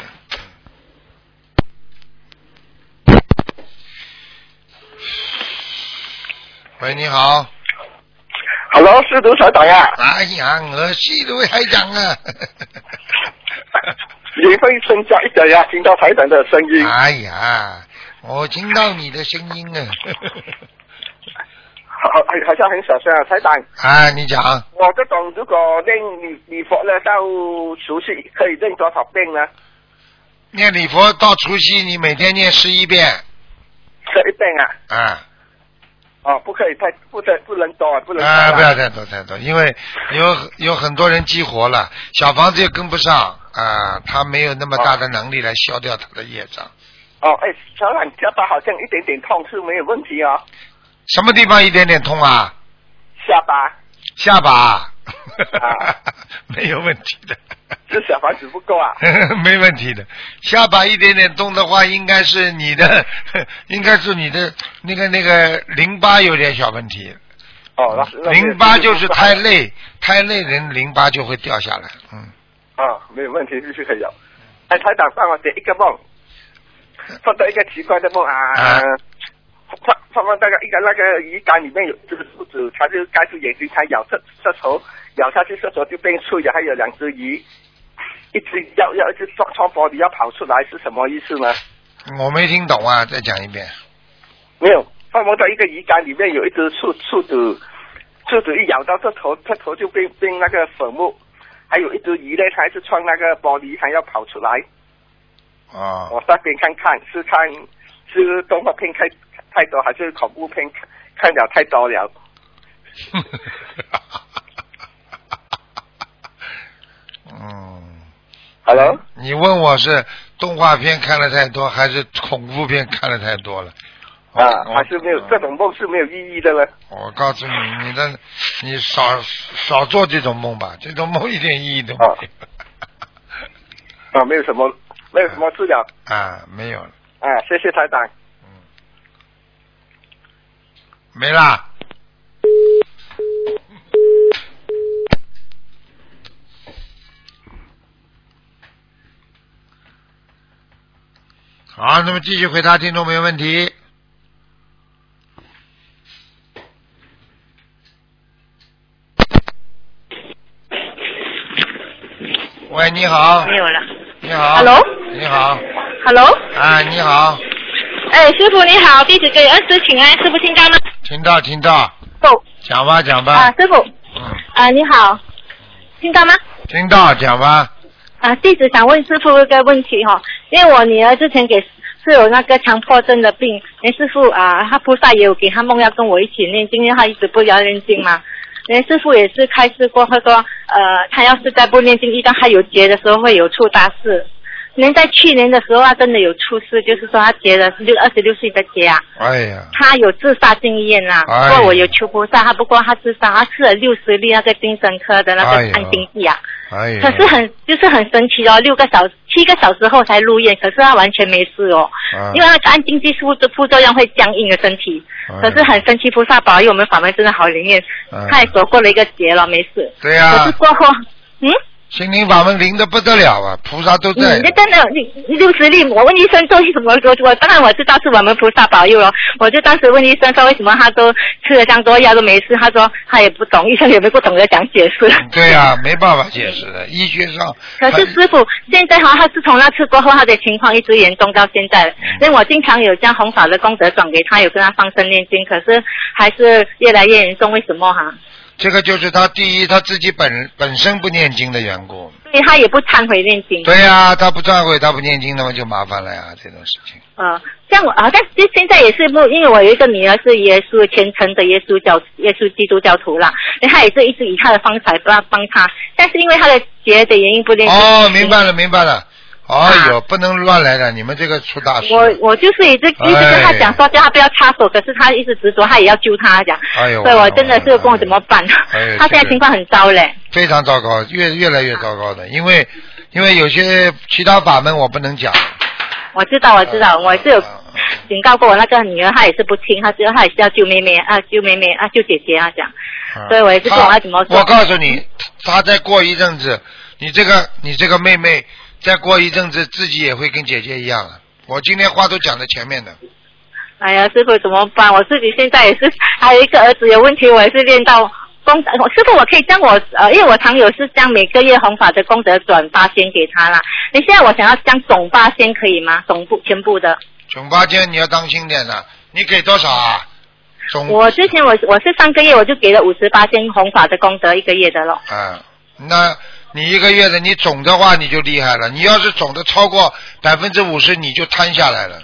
[SPEAKER 1] 喂，你好。
[SPEAKER 6] Hello，是卢所长呀，
[SPEAKER 1] 哎呀，我是卢台长
[SPEAKER 4] [laughs]
[SPEAKER 1] 啊。
[SPEAKER 6] 你会增加一点呀，听到台长的声音。
[SPEAKER 1] 哎呀，我听到你的声音啊了。
[SPEAKER 6] 好，好好像很小声啊，台长。
[SPEAKER 1] [laughs] 啊，你讲，
[SPEAKER 6] 我这种如果练你你佛了到熟悉，可以练多少遍呢？
[SPEAKER 1] 念礼佛到除夕，你每天念十一遍
[SPEAKER 6] 这一遍啊，
[SPEAKER 1] 啊
[SPEAKER 6] 哦，不可以太不得不能多，不能多、
[SPEAKER 1] 啊，不要太多太多，因为有有很多人激活了，小房子又跟不上啊，他没有那么大的能力来消掉他的业障。
[SPEAKER 6] 哦，哎，小冉下巴好像一点点痛是没有问题哦，
[SPEAKER 1] 什么地方一点点痛啊？
[SPEAKER 6] 下巴
[SPEAKER 1] 下巴啊， [laughs] 没有问题的， [laughs]
[SPEAKER 6] 这小房子不够啊。
[SPEAKER 1] 没问题的。下巴一点点痛的话，应该是你的， [laughs] 应该是你的那个那个淋巴有点小问题。
[SPEAKER 6] 哦，那是那
[SPEAKER 1] 淋巴就是太。累，太累人淋巴就会掉下来。嗯，
[SPEAKER 6] 啊、哦，没有问题，必须可以有。哎，台长帮我解一个梦，做到一个奇怪的梦啊。
[SPEAKER 1] 啊
[SPEAKER 6] 呃放放放那个一个那个鱼竿里面有只兔子，它就盖住眼睛，它咬射射头，咬下去射头就变脆了，还有两只鱼，一只要要一只撞穿玻璃要跑出来，是什么意思呢？
[SPEAKER 1] 我没听懂啊，再讲一遍。
[SPEAKER 6] 没有，放梦到一个鱼竿里面有一只兔兔子，兔子一咬到这头，这头就变变那个粉末，还有一只鱼呢，它还是穿那个玻璃，还要跑出来。
[SPEAKER 1] 啊、
[SPEAKER 6] 哦
[SPEAKER 1] [laughs]
[SPEAKER 6] 我那边看看，是看是动画片看太多，还是恐怖片看看了太多了？
[SPEAKER 1] 嗯，
[SPEAKER 6] Hello，
[SPEAKER 1] 你问我是动画片看的太多，还是恐怖片看的太多了？我
[SPEAKER 7] 嗯哦
[SPEAKER 6] 啊，
[SPEAKER 1] 我
[SPEAKER 6] 还是没有这种梦是没有意义的呢。
[SPEAKER 1] 我告诉你，你的你少少做这种梦吧，这种梦一点意义都没
[SPEAKER 6] 啊，没有什么，没有什么治疗。
[SPEAKER 1] 有啊，没有了，
[SPEAKER 6] 啊，谢谢台长。
[SPEAKER 1] 没啦。好，那么继续回答听众没问题。喂，你好，
[SPEAKER 4] 没有了。
[SPEAKER 1] 你好
[SPEAKER 4] Hello？
[SPEAKER 1] 你好，
[SPEAKER 4] Hello，
[SPEAKER 1] 啊，你好，
[SPEAKER 4] 哎，师傅你好，弟子给恩师请安，师傅听到吗？
[SPEAKER 1] 听到听到，
[SPEAKER 4] 哦，
[SPEAKER 1] 讲吧讲吧，
[SPEAKER 4] 啊，师傅，
[SPEAKER 1] 嗯，
[SPEAKER 4] 啊，你好，听到吗？
[SPEAKER 1] 听到讲吧，
[SPEAKER 4] 啊，弟子想问师傅一个问题哈、因为我女儿之前给是有那个强迫症的病，连师傅啊，她菩萨也有给她梦要跟我一起念经，因为她一直不要念经嘛。连师傅也是开示过，他说，呃，她要是再不念经，一到她有劫的时候会有出大事。连在去年的时候，啊她真的有出事，就是说她劫了六二十六岁的劫啊。
[SPEAKER 1] 哎呀，
[SPEAKER 4] 他有自杀经验啦、
[SPEAKER 1] 哎
[SPEAKER 4] 不过我有求菩萨，他不过他自杀，他吃了六十粒那个精神科的那
[SPEAKER 1] 哎
[SPEAKER 4] 个
[SPEAKER 1] 呀
[SPEAKER 4] 安定剂啊，
[SPEAKER 1] 哎呀，
[SPEAKER 4] 可是很就是很神奇哦，六个小七个小时后才入院，可是他完全没事哦，
[SPEAKER 1] 啊
[SPEAKER 4] 因为那个安定剂副作副作用会僵硬的身体，
[SPEAKER 1] 哎
[SPEAKER 4] 可是很神奇，菩萨保佑我们法门真的好灵验，
[SPEAKER 1] 哎
[SPEAKER 4] 他也躲过了一个劫了，没事。
[SPEAKER 1] 对
[SPEAKER 4] 可
[SPEAKER 1] 呀
[SPEAKER 4] 是，过后，嗯，
[SPEAKER 1] 心灵法门灵的不得了啊，菩萨都
[SPEAKER 4] 你
[SPEAKER 1] 在
[SPEAKER 4] 这，真的你六十粒，我问医生都是什么多我当然我知道是我们菩萨保佑了，我就当时问医生说为什么他都吃了这样多药都没事，他说他也不懂，医生也没不懂得讲解释。
[SPEAKER 1] 对呀，没办法解释的，医学上
[SPEAKER 4] 可是师傅，现在哈，他自从那次过后，他的情况一直严重到现在。
[SPEAKER 1] 嗯
[SPEAKER 4] 因为我经常有将红法的功德转给他，有跟他放生念经，可是还是越来越严重。为什么哈、
[SPEAKER 1] 这个就是他第一他自己本本身不念经的缘故，
[SPEAKER 4] 所以他也不忏悔念经。
[SPEAKER 1] 对呀，他不忏悔，他不念经，那么就麻烦了呀，这种事情，
[SPEAKER 4] 呃，像我啊，但是现在也是不，因为我有一个女儿是耶稣虔诚的耶稣教耶稣基督教徒啦，然后她也是一直以她的方法帮帮她，但是因为她的结的原因不练习
[SPEAKER 1] 哦，明白了明白了，哎呦，不能乱来的，你们这个出大事了，
[SPEAKER 4] 啊我我就是一直一直跟
[SPEAKER 1] 哎
[SPEAKER 4] 她讲说叫她不要插手，可是她一直执着，她也要救她讲，
[SPEAKER 1] 哎呦，
[SPEAKER 4] 所以我真的是不我怎么办
[SPEAKER 1] 哎？
[SPEAKER 4] 她现在情况很糟嘞，
[SPEAKER 1] 非常糟糕，越越来越糟糕
[SPEAKER 4] 啊
[SPEAKER 1] 的，因为因为有些其他法门我不能讲。
[SPEAKER 4] 我知道我知道，我是有
[SPEAKER 1] 啊啊
[SPEAKER 4] 警告过我那个女儿，她也是不听，她觉得她也是要救妹妹啊，救妹妹啊，救姐姐啊讲，
[SPEAKER 1] 啊
[SPEAKER 4] 所以我也不知道
[SPEAKER 1] 他
[SPEAKER 4] 我要怎么做
[SPEAKER 1] 我告诉你，他再过一阵子，你这个你这个妹妹再过一阵子，自己也会跟姐姐一样了。我今天话都讲在前面的，
[SPEAKER 4] 哎呀，师傅怎么办？我自己现在也是， [laughs] 还有一个儿子有问题，我也是练到功德。我师傅，我可以将我呃，因为我常有是将每个月弘法的功德转八仙给他啦。你现在我想要将总八仙可以吗？总部全部的。
[SPEAKER 1] 囧八戒你要当心点了。你给多少啊？总
[SPEAKER 4] 我之前我我是上个月我就给了五十八仙弘法的功德一个月的咯。
[SPEAKER 1] 啊，那你一个月的你总的话你就厉害了。你要是总的超过百分之五十，你就瘫下来了。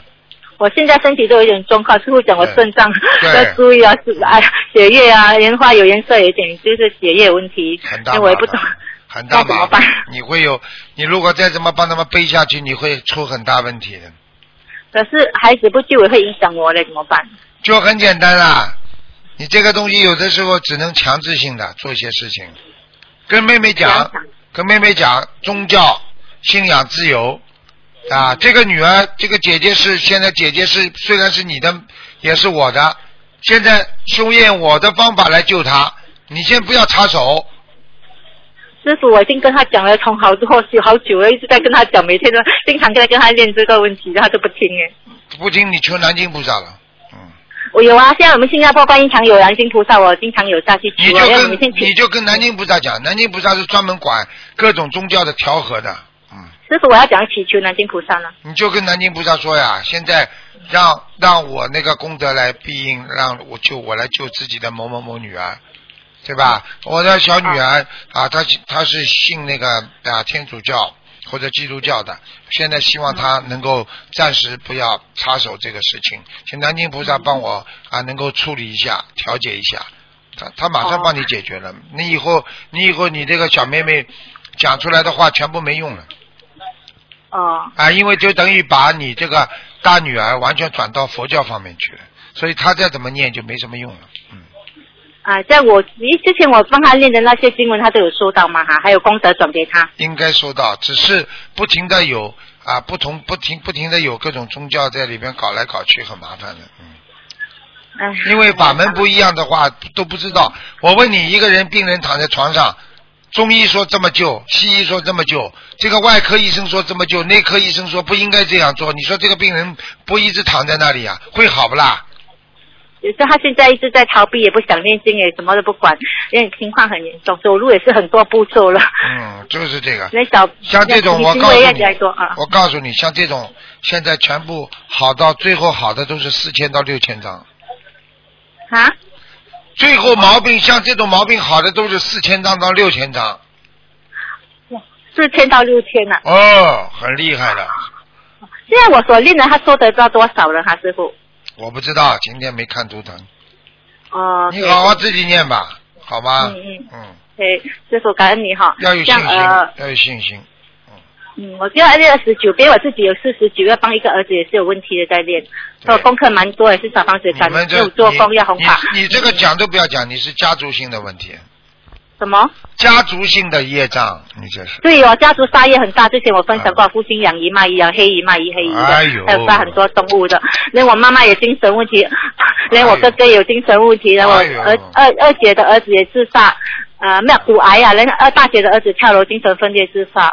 [SPEAKER 4] 我现在身体都有点状况，师傅讲我肾脏
[SPEAKER 1] 对
[SPEAKER 4] 要注意啊，是啊，血液啊，莲花有颜色有点就是血液有问题
[SPEAKER 1] 很，大
[SPEAKER 4] 那
[SPEAKER 1] 麻
[SPEAKER 4] 我
[SPEAKER 1] 烦
[SPEAKER 4] 也不懂。
[SPEAKER 1] 很大麻
[SPEAKER 4] 那怎么
[SPEAKER 1] 烦
[SPEAKER 4] 办，
[SPEAKER 1] 你会有，你如果再这么帮他们背下去，你会出很大问题的。
[SPEAKER 4] 可是孩子不救也会影响我嘞，怎么办？
[SPEAKER 1] 就很简单啦，你这个东西有的时候只能强制性的做一些事情，跟妹妹讲
[SPEAKER 4] 强强，
[SPEAKER 1] 跟妹妹讲宗教信仰自由啊，这个女儿，这个姐姐是现在姐姐是虽然是你的，也是我的，现在修炼我的方法来救她，你先不要插手，
[SPEAKER 4] 师傅，我已经跟他讲了，从好多好久好久了，一直在跟他讲，每天都经常在跟他练这个问题，他都不听哎。
[SPEAKER 1] 不听你求南京菩萨了，嗯，
[SPEAKER 4] 我有啊，现在我们新加坡观音堂有南京菩萨，我经常有下去
[SPEAKER 1] 你
[SPEAKER 4] 求啊，
[SPEAKER 1] 就
[SPEAKER 4] 因为我
[SPEAKER 1] 跟
[SPEAKER 4] 每天请
[SPEAKER 1] 你就跟南京菩萨讲，南京菩萨是专门管各种宗教的调和的，嗯。
[SPEAKER 4] 师傅，我要怎样祈求南京菩萨呢？
[SPEAKER 1] 你就跟南京菩萨说呀，现在让让我那个功德来庇应，让我救我来救自己的某某某女儿，对吧？我的小女儿啊，她她是信那个啊天主教或者基督教的，现在希望她能够暂时不要插手这个事情，请南京菩萨帮我啊能够处理一下，调解一下。他他马上帮你解决了，你以后你以后你这个小妹妹讲出来的话全部没用了，
[SPEAKER 4] 哦
[SPEAKER 1] 啊，因为就等于把你这个大女儿完全转到佛教方面去了，所以她再怎么念就没什么用了。嗯，
[SPEAKER 4] 啊，这样我咦，之前我帮他念的那些经文，他都有收到吗？哈，还有功德转给他。
[SPEAKER 1] 应该收到，只是不停的有啊，不同不停不停的有各种宗教在里边搞来搞去，很麻烦的。嗯，
[SPEAKER 4] 哎，
[SPEAKER 1] 因为法门不一样的话都不知道。我问你，一个人病人躺在床上，中医说这么救，西医说这么救，这个外科医生说这么救，内科医生说不应该这样做。你说这个病人不一直躺在那里啊，会好不啦？
[SPEAKER 4] 也是他现在一直在逃避，也不想念经，也什么都不管，因为情况很严重，走路也是很多步骤了。
[SPEAKER 1] 嗯，就是这个。
[SPEAKER 4] 那小
[SPEAKER 1] 像这种，我
[SPEAKER 4] 行
[SPEAKER 1] 告诉
[SPEAKER 4] 为要
[SPEAKER 1] 你
[SPEAKER 4] 来说啊，，
[SPEAKER 1] 我告诉你，像这种现在全部好到最后好的都是四千到六千张，
[SPEAKER 4] 啊，
[SPEAKER 1] 最后毛病像这种毛病好的都是四千张到六千张，
[SPEAKER 4] 四千到六千呢、
[SPEAKER 1] 哦，很厉害的。
[SPEAKER 4] 现在我所练的，他收得到多少了？哈，师傅。
[SPEAKER 1] 我不知道，今天没看图腾，
[SPEAKER 4] 哦、
[SPEAKER 1] 你好啊好自己念吧，好吗？
[SPEAKER 4] 嗯嗯
[SPEAKER 1] 嗯，
[SPEAKER 4] 对，师傅感恩你哈。
[SPEAKER 1] 要有
[SPEAKER 4] 这
[SPEAKER 1] 信
[SPEAKER 4] 样
[SPEAKER 1] 心，
[SPEAKER 4] 呃，
[SPEAKER 1] 要有信心。
[SPEAKER 4] 嗯，我就要练二十九遍，我自己有四十九，要帮一个儿子也是有问题的在练，所以我功课蛮多，也是小房子
[SPEAKER 1] 你
[SPEAKER 4] 感
[SPEAKER 1] 们
[SPEAKER 4] 恩，
[SPEAKER 1] 这
[SPEAKER 4] 又做
[SPEAKER 1] 你
[SPEAKER 4] 工要红法。
[SPEAKER 1] 你你这个讲都不要讲，你是家族性的问题，
[SPEAKER 4] 什么？
[SPEAKER 1] 家族性的业障，你这是。
[SPEAKER 4] 对哦，家族杀业很大。之前我分享过，父亲养姨妈姨、养黑姨妈姨、黑姨的，
[SPEAKER 1] 哎呦
[SPEAKER 4] 还有杀很多动物的。连我妈妈也精神问题， [laughs] 连我哥哥也有精神问题，连我
[SPEAKER 1] 哎呦
[SPEAKER 4] 儿二二姐的儿子也自杀，呃，没有骨癌啊，连二大姐的儿子跳楼精神分裂自杀，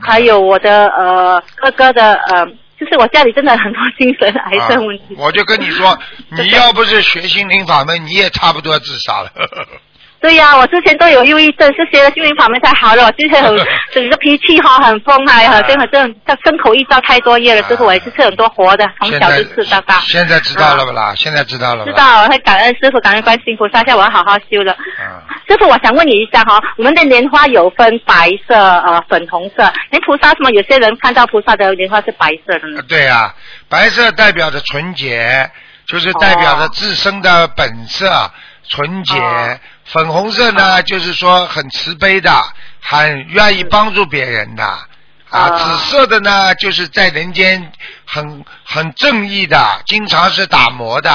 [SPEAKER 4] 还有我的呃哥哥的呃，就是我家里真的很多精神癌症问题。 [laughs]
[SPEAKER 1] 啊。我就跟你说，你要不是学心灵法门，你也差不多要自杀了。
[SPEAKER 4] 对呀、我之前都有忧郁症，是学了心灵法门才好的。我
[SPEAKER 1] [laughs]
[SPEAKER 4] 之前很整个脾气哈很疯啊，很真的真的牲口一遭太多业了，之后我也是吃很多活的， [laughs] 从
[SPEAKER 1] 现
[SPEAKER 4] 小
[SPEAKER 1] 在
[SPEAKER 4] 就吃到大。
[SPEAKER 1] 现在知道了不啦？现在知道了不
[SPEAKER 4] 知
[SPEAKER 1] 啦？
[SPEAKER 4] 道，会感恩师傅，感恩观世音菩萨，叫我要好好修了。
[SPEAKER 1] 啊
[SPEAKER 4] 师傅，我想问你一下哈、我们的莲花有分白色、呃粉红色，连菩萨什么，有些人看到菩萨的莲花是白色的呢。
[SPEAKER 1] 啊对呀、白色代表着纯洁，就是代表着自身的本色、纯洁。
[SPEAKER 4] 哦
[SPEAKER 1] 粉红色呢，就是说很慈悲的，很愿意帮助别人的。啊，
[SPEAKER 4] 哦
[SPEAKER 1] 紫色的呢，就是在人间很很正义的，经常是打磨的，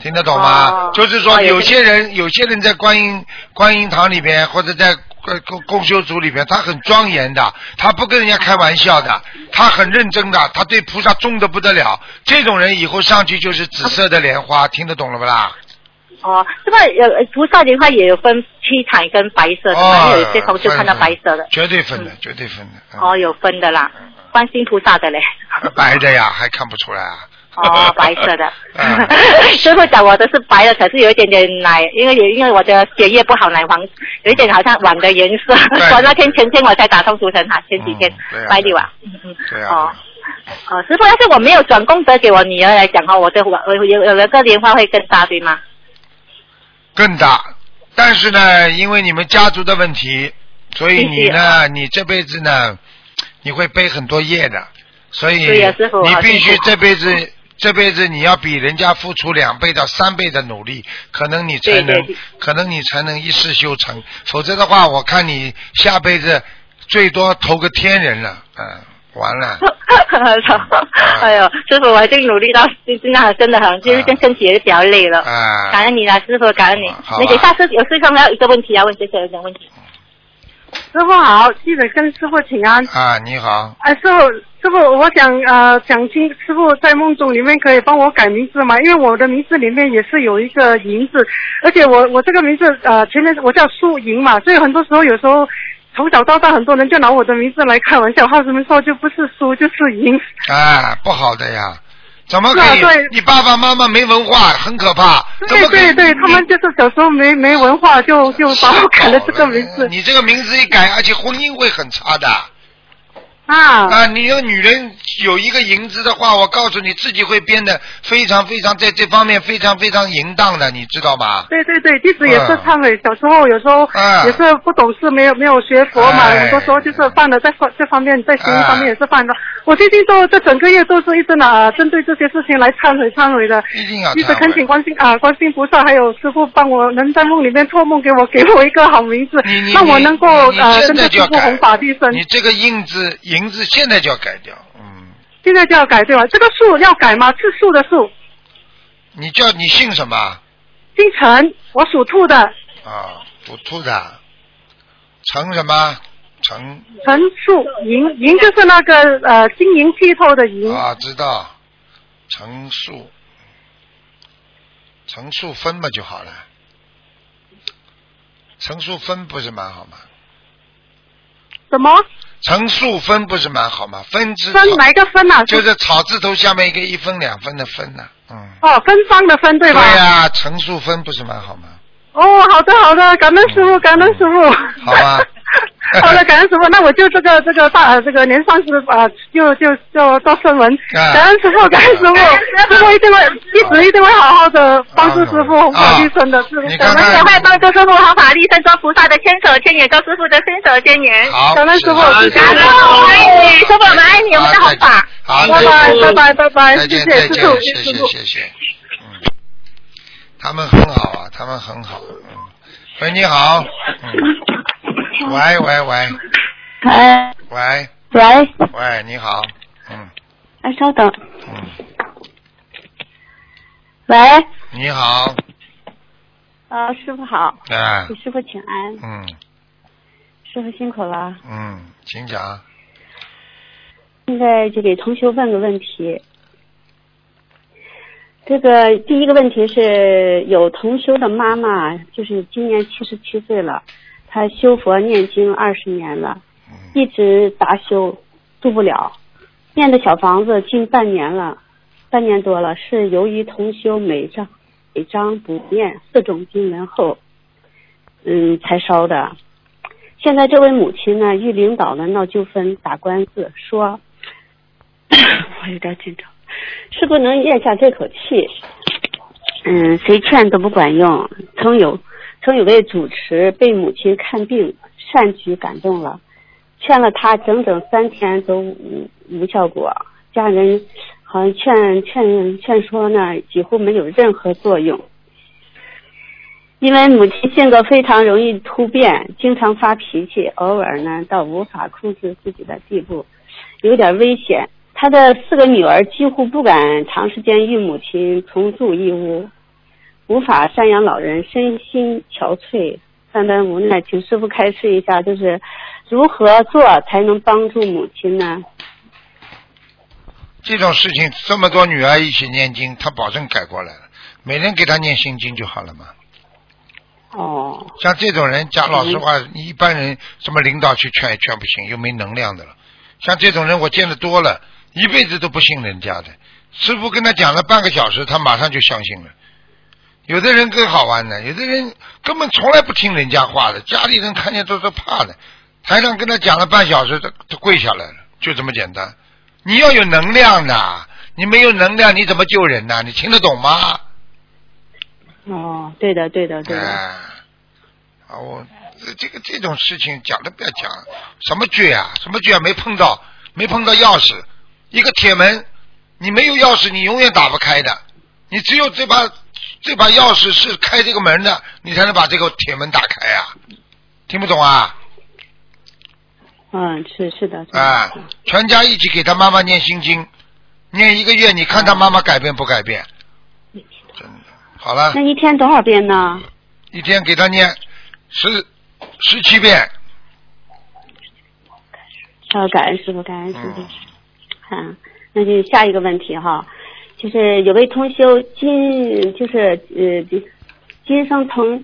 [SPEAKER 1] 听得懂吗？
[SPEAKER 4] 哦
[SPEAKER 1] 就是说
[SPEAKER 4] 哦有
[SPEAKER 1] 有些人，有些人在观音观音堂里边，或者在呃共共修组里边，他很庄严的，他不跟人家开玩笑的，他很认真的，他对菩萨忠的不得了。这种人以后上去就是紫色的莲花，听得懂了不啦？
[SPEAKER 4] 哦，这么呃菩萨莲花也有分七彩跟白色的嘛，因为有些同学看到白色的
[SPEAKER 1] 分。哦绝对分的，绝对哦分的。嗯
[SPEAKER 4] 哦，有分的啦
[SPEAKER 1] 嗯嗯，
[SPEAKER 4] 观世音菩萨的嘞。
[SPEAKER 1] 白的呀，还看不出来啊？
[SPEAKER 4] 哦，白色的
[SPEAKER 1] [laughs] 嗯。
[SPEAKER 4] [laughs] 师傅讲我的是白的，可是有一点点奶，因为因为我的血液不好，奶黄有一点好像碗的颜色。
[SPEAKER 1] 对
[SPEAKER 4] [laughs] 我那天前天我才打通图腾哈，前几天
[SPEAKER 1] 嗯对啊
[SPEAKER 4] 白里瓦。嗯嗯。
[SPEAKER 1] 对啊呀、
[SPEAKER 4] 哦。哦，师傅，要是我没有转功德给我女儿来讲哈，我的我我有有了个莲花会更大，对吗？ [laughs]
[SPEAKER 1] 更大。但是呢，因为你们家族的问题，所以你
[SPEAKER 4] 啊
[SPEAKER 1] 呢，你这辈子呢，你会背很多业的，所以
[SPEAKER 4] 啊对呀师傅
[SPEAKER 1] 你
[SPEAKER 4] 好
[SPEAKER 1] 必须
[SPEAKER 4] 辛苦
[SPEAKER 1] 这辈子。这辈子你要比人家付出两倍到三倍的努力，可能你才
[SPEAKER 4] 对
[SPEAKER 1] 能，
[SPEAKER 4] 对对
[SPEAKER 1] 可能你才能一世修成。否则的话，我看你下辈子最多投个天人了，嗯，完了。
[SPEAKER 4] 哎呦，师傅，我已经努力到真的真的很，就是
[SPEAKER 1] 啊
[SPEAKER 4] 身体也是比较累了。
[SPEAKER 1] 啊、
[SPEAKER 4] 感恩你了，师傅，感恩你
[SPEAKER 1] 好好啊。
[SPEAKER 4] 你等一下师有师兄还有一个问题要问，谢谢有点问题。
[SPEAKER 8] 师傅好，记得跟师傅请安。
[SPEAKER 1] 啊，你好，
[SPEAKER 8] 啊，师傅，师傅，我想呃，想听师傅在梦中里面可以帮我改名字吗？因为我的名字里面也是有一个银字，而且我我这个名字呃，前面我叫素银嘛，所以很多时候有时候从小到大很多人就拿我的名字来开玩笑，他们说就不是苏就是银。
[SPEAKER 1] 啊，不好的呀，怎么可以
[SPEAKER 8] 是啊对？
[SPEAKER 1] 你爸爸妈妈没文化，很可怕。怎
[SPEAKER 8] 对
[SPEAKER 1] 么可
[SPEAKER 8] 对
[SPEAKER 1] 以
[SPEAKER 8] 对，他们就是小时候没没文化，就就把我改了这个名字
[SPEAKER 1] 你这个名字一改，而且婚姻会很差的。
[SPEAKER 8] 啊。
[SPEAKER 1] 啊，你要女人有一个银子的话，我告诉你，自己会变得非常非常在这方面非常非常淫荡的，你知道吗？
[SPEAKER 8] 对对对，弟子也是
[SPEAKER 1] 嗯
[SPEAKER 8] 忏悔，小时候有时候
[SPEAKER 1] 嗯
[SPEAKER 8] 也是不懂事，没有没有学佛嘛，
[SPEAKER 1] 哎啊
[SPEAKER 8] 很多时候就是犯了在方这方面，在行为方面也是犯的。我最近都这整个月都是一直拿呃针对这些事情来忏悔忏悔的，
[SPEAKER 1] 一定要
[SPEAKER 8] 一直
[SPEAKER 1] 忏
[SPEAKER 8] 恳请
[SPEAKER 1] 悔。
[SPEAKER 8] 观世音啊观世音菩萨还有师傅帮我能在梦里面托梦给我给我一个好名字
[SPEAKER 1] 你你，
[SPEAKER 8] 让我
[SPEAKER 1] 你
[SPEAKER 8] 能够
[SPEAKER 1] 你
[SPEAKER 8] 呃
[SPEAKER 1] 现
[SPEAKER 8] 跟着
[SPEAKER 1] 在
[SPEAKER 8] 师
[SPEAKER 1] 就要
[SPEAKER 8] 傅
[SPEAKER 1] 改
[SPEAKER 8] 弘法利生。
[SPEAKER 1] 你这个印字以银字现在就要改掉，嗯，
[SPEAKER 7] 现在就要改对吧？这个树要改吗？是树的树，
[SPEAKER 1] 你叫你姓什么
[SPEAKER 7] 姓陈，我属兔的，
[SPEAKER 1] 啊？属兔的，成什么？成
[SPEAKER 7] 陈树银银就是那个呃晶莹剔透的
[SPEAKER 4] 嗯
[SPEAKER 7] 银，
[SPEAKER 1] 啊，知道，乘数，乘数分嘛就好了，乘数分不是蛮好吗？
[SPEAKER 7] 什么
[SPEAKER 1] 乘数分不是蛮好吗？分之草
[SPEAKER 7] 分哪一个分啊？
[SPEAKER 1] 就是草字头下面一个一分两分的分呐、嗯，
[SPEAKER 7] 哦，芬芳的芬对吧？
[SPEAKER 1] 呀、乘数分不是蛮好吗？
[SPEAKER 7] 哦，好的好的，感恩师傅，感恩师傅。
[SPEAKER 1] 哦好啊吧
[SPEAKER 7] [laughs] 好的，感恩师傅，那我就这个这个大呃这个年上师啊、呃就就就做声文，
[SPEAKER 1] 啊
[SPEAKER 7] 感恩师傅，感恩师傅，师傅一定会一直一定会好好的帮助师
[SPEAKER 1] 啊
[SPEAKER 7] 傅法律生的，师
[SPEAKER 1] 你看
[SPEAKER 7] 傅感
[SPEAKER 1] 看
[SPEAKER 7] 恩
[SPEAKER 1] 赶快帮
[SPEAKER 7] 助师傅好法力，
[SPEAKER 4] 跟菩萨的千手千眼，跟师傅的伸手千眼
[SPEAKER 1] 好，
[SPEAKER 7] 感恩师傅
[SPEAKER 1] 好
[SPEAKER 7] 感恩
[SPEAKER 4] 哎师傅我爱你师傅我们爱你我们的好法
[SPEAKER 1] 啊好，
[SPEAKER 7] 拜拜拜拜拜拜，
[SPEAKER 1] 再
[SPEAKER 7] 谢
[SPEAKER 1] 见
[SPEAKER 7] 谢
[SPEAKER 1] 再
[SPEAKER 7] 师
[SPEAKER 1] 见
[SPEAKER 7] 傅，，
[SPEAKER 1] 谢
[SPEAKER 7] 谢谢师
[SPEAKER 1] 谢
[SPEAKER 7] 傅。
[SPEAKER 1] 谢谢。嗯，他们很好啊，他们很好。嗯，喂，你好。嗯。喂喂喂
[SPEAKER 2] 哎，
[SPEAKER 1] 喂
[SPEAKER 2] 喂，
[SPEAKER 1] 喂，你好。嗯
[SPEAKER 2] 哎，稍等，
[SPEAKER 1] 嗯，
[SPEAKER 2] 喂，
[SPEAKER 1] 你好。
[SPEAKER 7] 啊
[SPEAKER 2] 呃，师傅好，
[SPEAKER 1] 哎
[SPEAKER 2] 给，师傅请安，
[SPEAKER 1] 嗯
[SPEAKER 2] 师傅辛苦了。
[SPEAKER 1] 嗯，请讲。
[SPEAKER 2] 现在就给同学问个问题。这个第一个问题是有同修的妈妈，就是今年七十七岁了，她修佛念经二十年了，
[SPEAKER 1] 嗯，
[SPEAKER 2] 一直达修，住不了，念的小房子近半年了，半年多了，是由于同修每章每章不念四种经文后，嗯，才烧的。现在这位母亲呢，与领导呢闹纠纷，打官司，说， [coughs] 我有点紧张，是不能咽下这口气。嗯，谁劝都不管用。曾有曾有位主持被母亲看病善举感动了，劝了他整整三天都无无效果，家人好像劝劝劝说呢，几乎没有任何作用。因为母亲性格非常容易突变，经常发脾气，偶尔呢到无法控制自己的地步，有点危险。他的四个女儿几乎不敢长时间与母亲同住一屋，无法赡养老人，身心憔悴。万般无奈，请师傅开示一下，就是如何做才能帮助母亲呢？
[SPEAKER 1] 这种事情，这么多女儿一起念经，她保证改过来了。每人给她念心经就好了嘛。
[SPEAKER 2] 哦，
[SPEAKER 1] 像这种人，讲老实话，你一般人什么领导去劝也劝不行，又没能量的了。像这种人，我见的多了，一辈子都不信人家的。师傅跟他讲了半个小时，他马上就相信了。有的人更好玩呢，有的人根本从来不听人家话的，家里人看见都是怕的。台上跟他讲了半小时，他他跪下来了，就这么简单。你要有能量的，你没有能量，你怎么救人呢？你听得懂吗？
[SPEAKER 2] 哦，对的，对的，对的。
[SPEAKER 1] 哎，啊，我这这个这种事情讲都不要讲，什么倔啊，什么倔、啊、没碰到，没碰到钥匙，一个铁门，你没有钥匙，你永远打不开的，你只有这把这把钥匙是开这个门的，你才能把这个铁门打开啊，听不懂啊？
[SPEAKER 2] 嗯，是是的。是的
[SPEAKER 1] 啊，全家一起给他妈妈念心经，念一个月，你看他妈妈改变不改变？真的，好了
[SPEAKER 2] 那，一天多少遍呢？
[SPEAKER 1] 一天给他念十十七遍。
[SPEAKER 2] 要感恩师傅，感恩师傅
[SPEAKER 1] 嗯。
[SPEAKER 2] 嗯，那就下一个问题哈，就是有位同修今就是呃今生从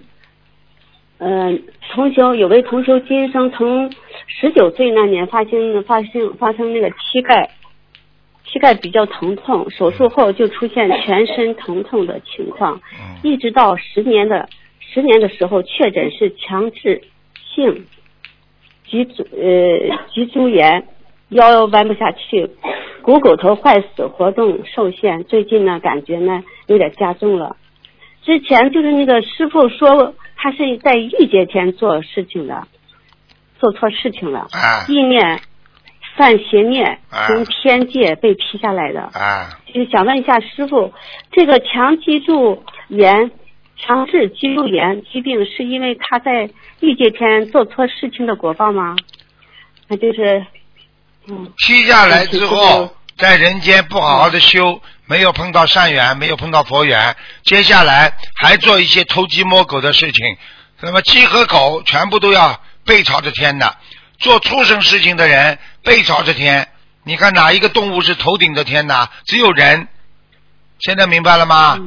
[SPEAKER 2] 呃同修有位同修今生从十九岁那年发生发生发生那个膝盖膝盖比较疼痛，手术后就出现全身疼痛的情况，
[SPEAKER 1] 嗯
[SPEAKER 2] 一直到十年的十年的时候确诊是强制性脊柱呃脊柱炎，腰弯不下去，股骨头坏死，活动受限。最近呢，感觉呢有点加重了。之前就是那个师傅说他是在郁结前做事情的，做错事情了，
[SPEAKER 1] 啊
[SPEAKER 2] 意念犯邪念
[SPEAKER 1] 啊，
[SPEAKER 2] 从天界被批下来的。
[SPEAKER 1] 啊，
[SPEAKER 2] 就是想问一下师傅，这个强脊柱炎、强制脊柱炎疾病是因为他在欲界天做错事情的果报吗？那就是
[SPEAKER 1] 批下来之后，在人间不好好的修，没有碰到善缘，没有碰到佛缘，接下来还做一些偷鸡摸狗的事情，那么鸡和狗全部都要背朝着天的。做畜生事情的人背朝着天，你看哪一个动物是头顶着天的？只有人。现在明白了吗？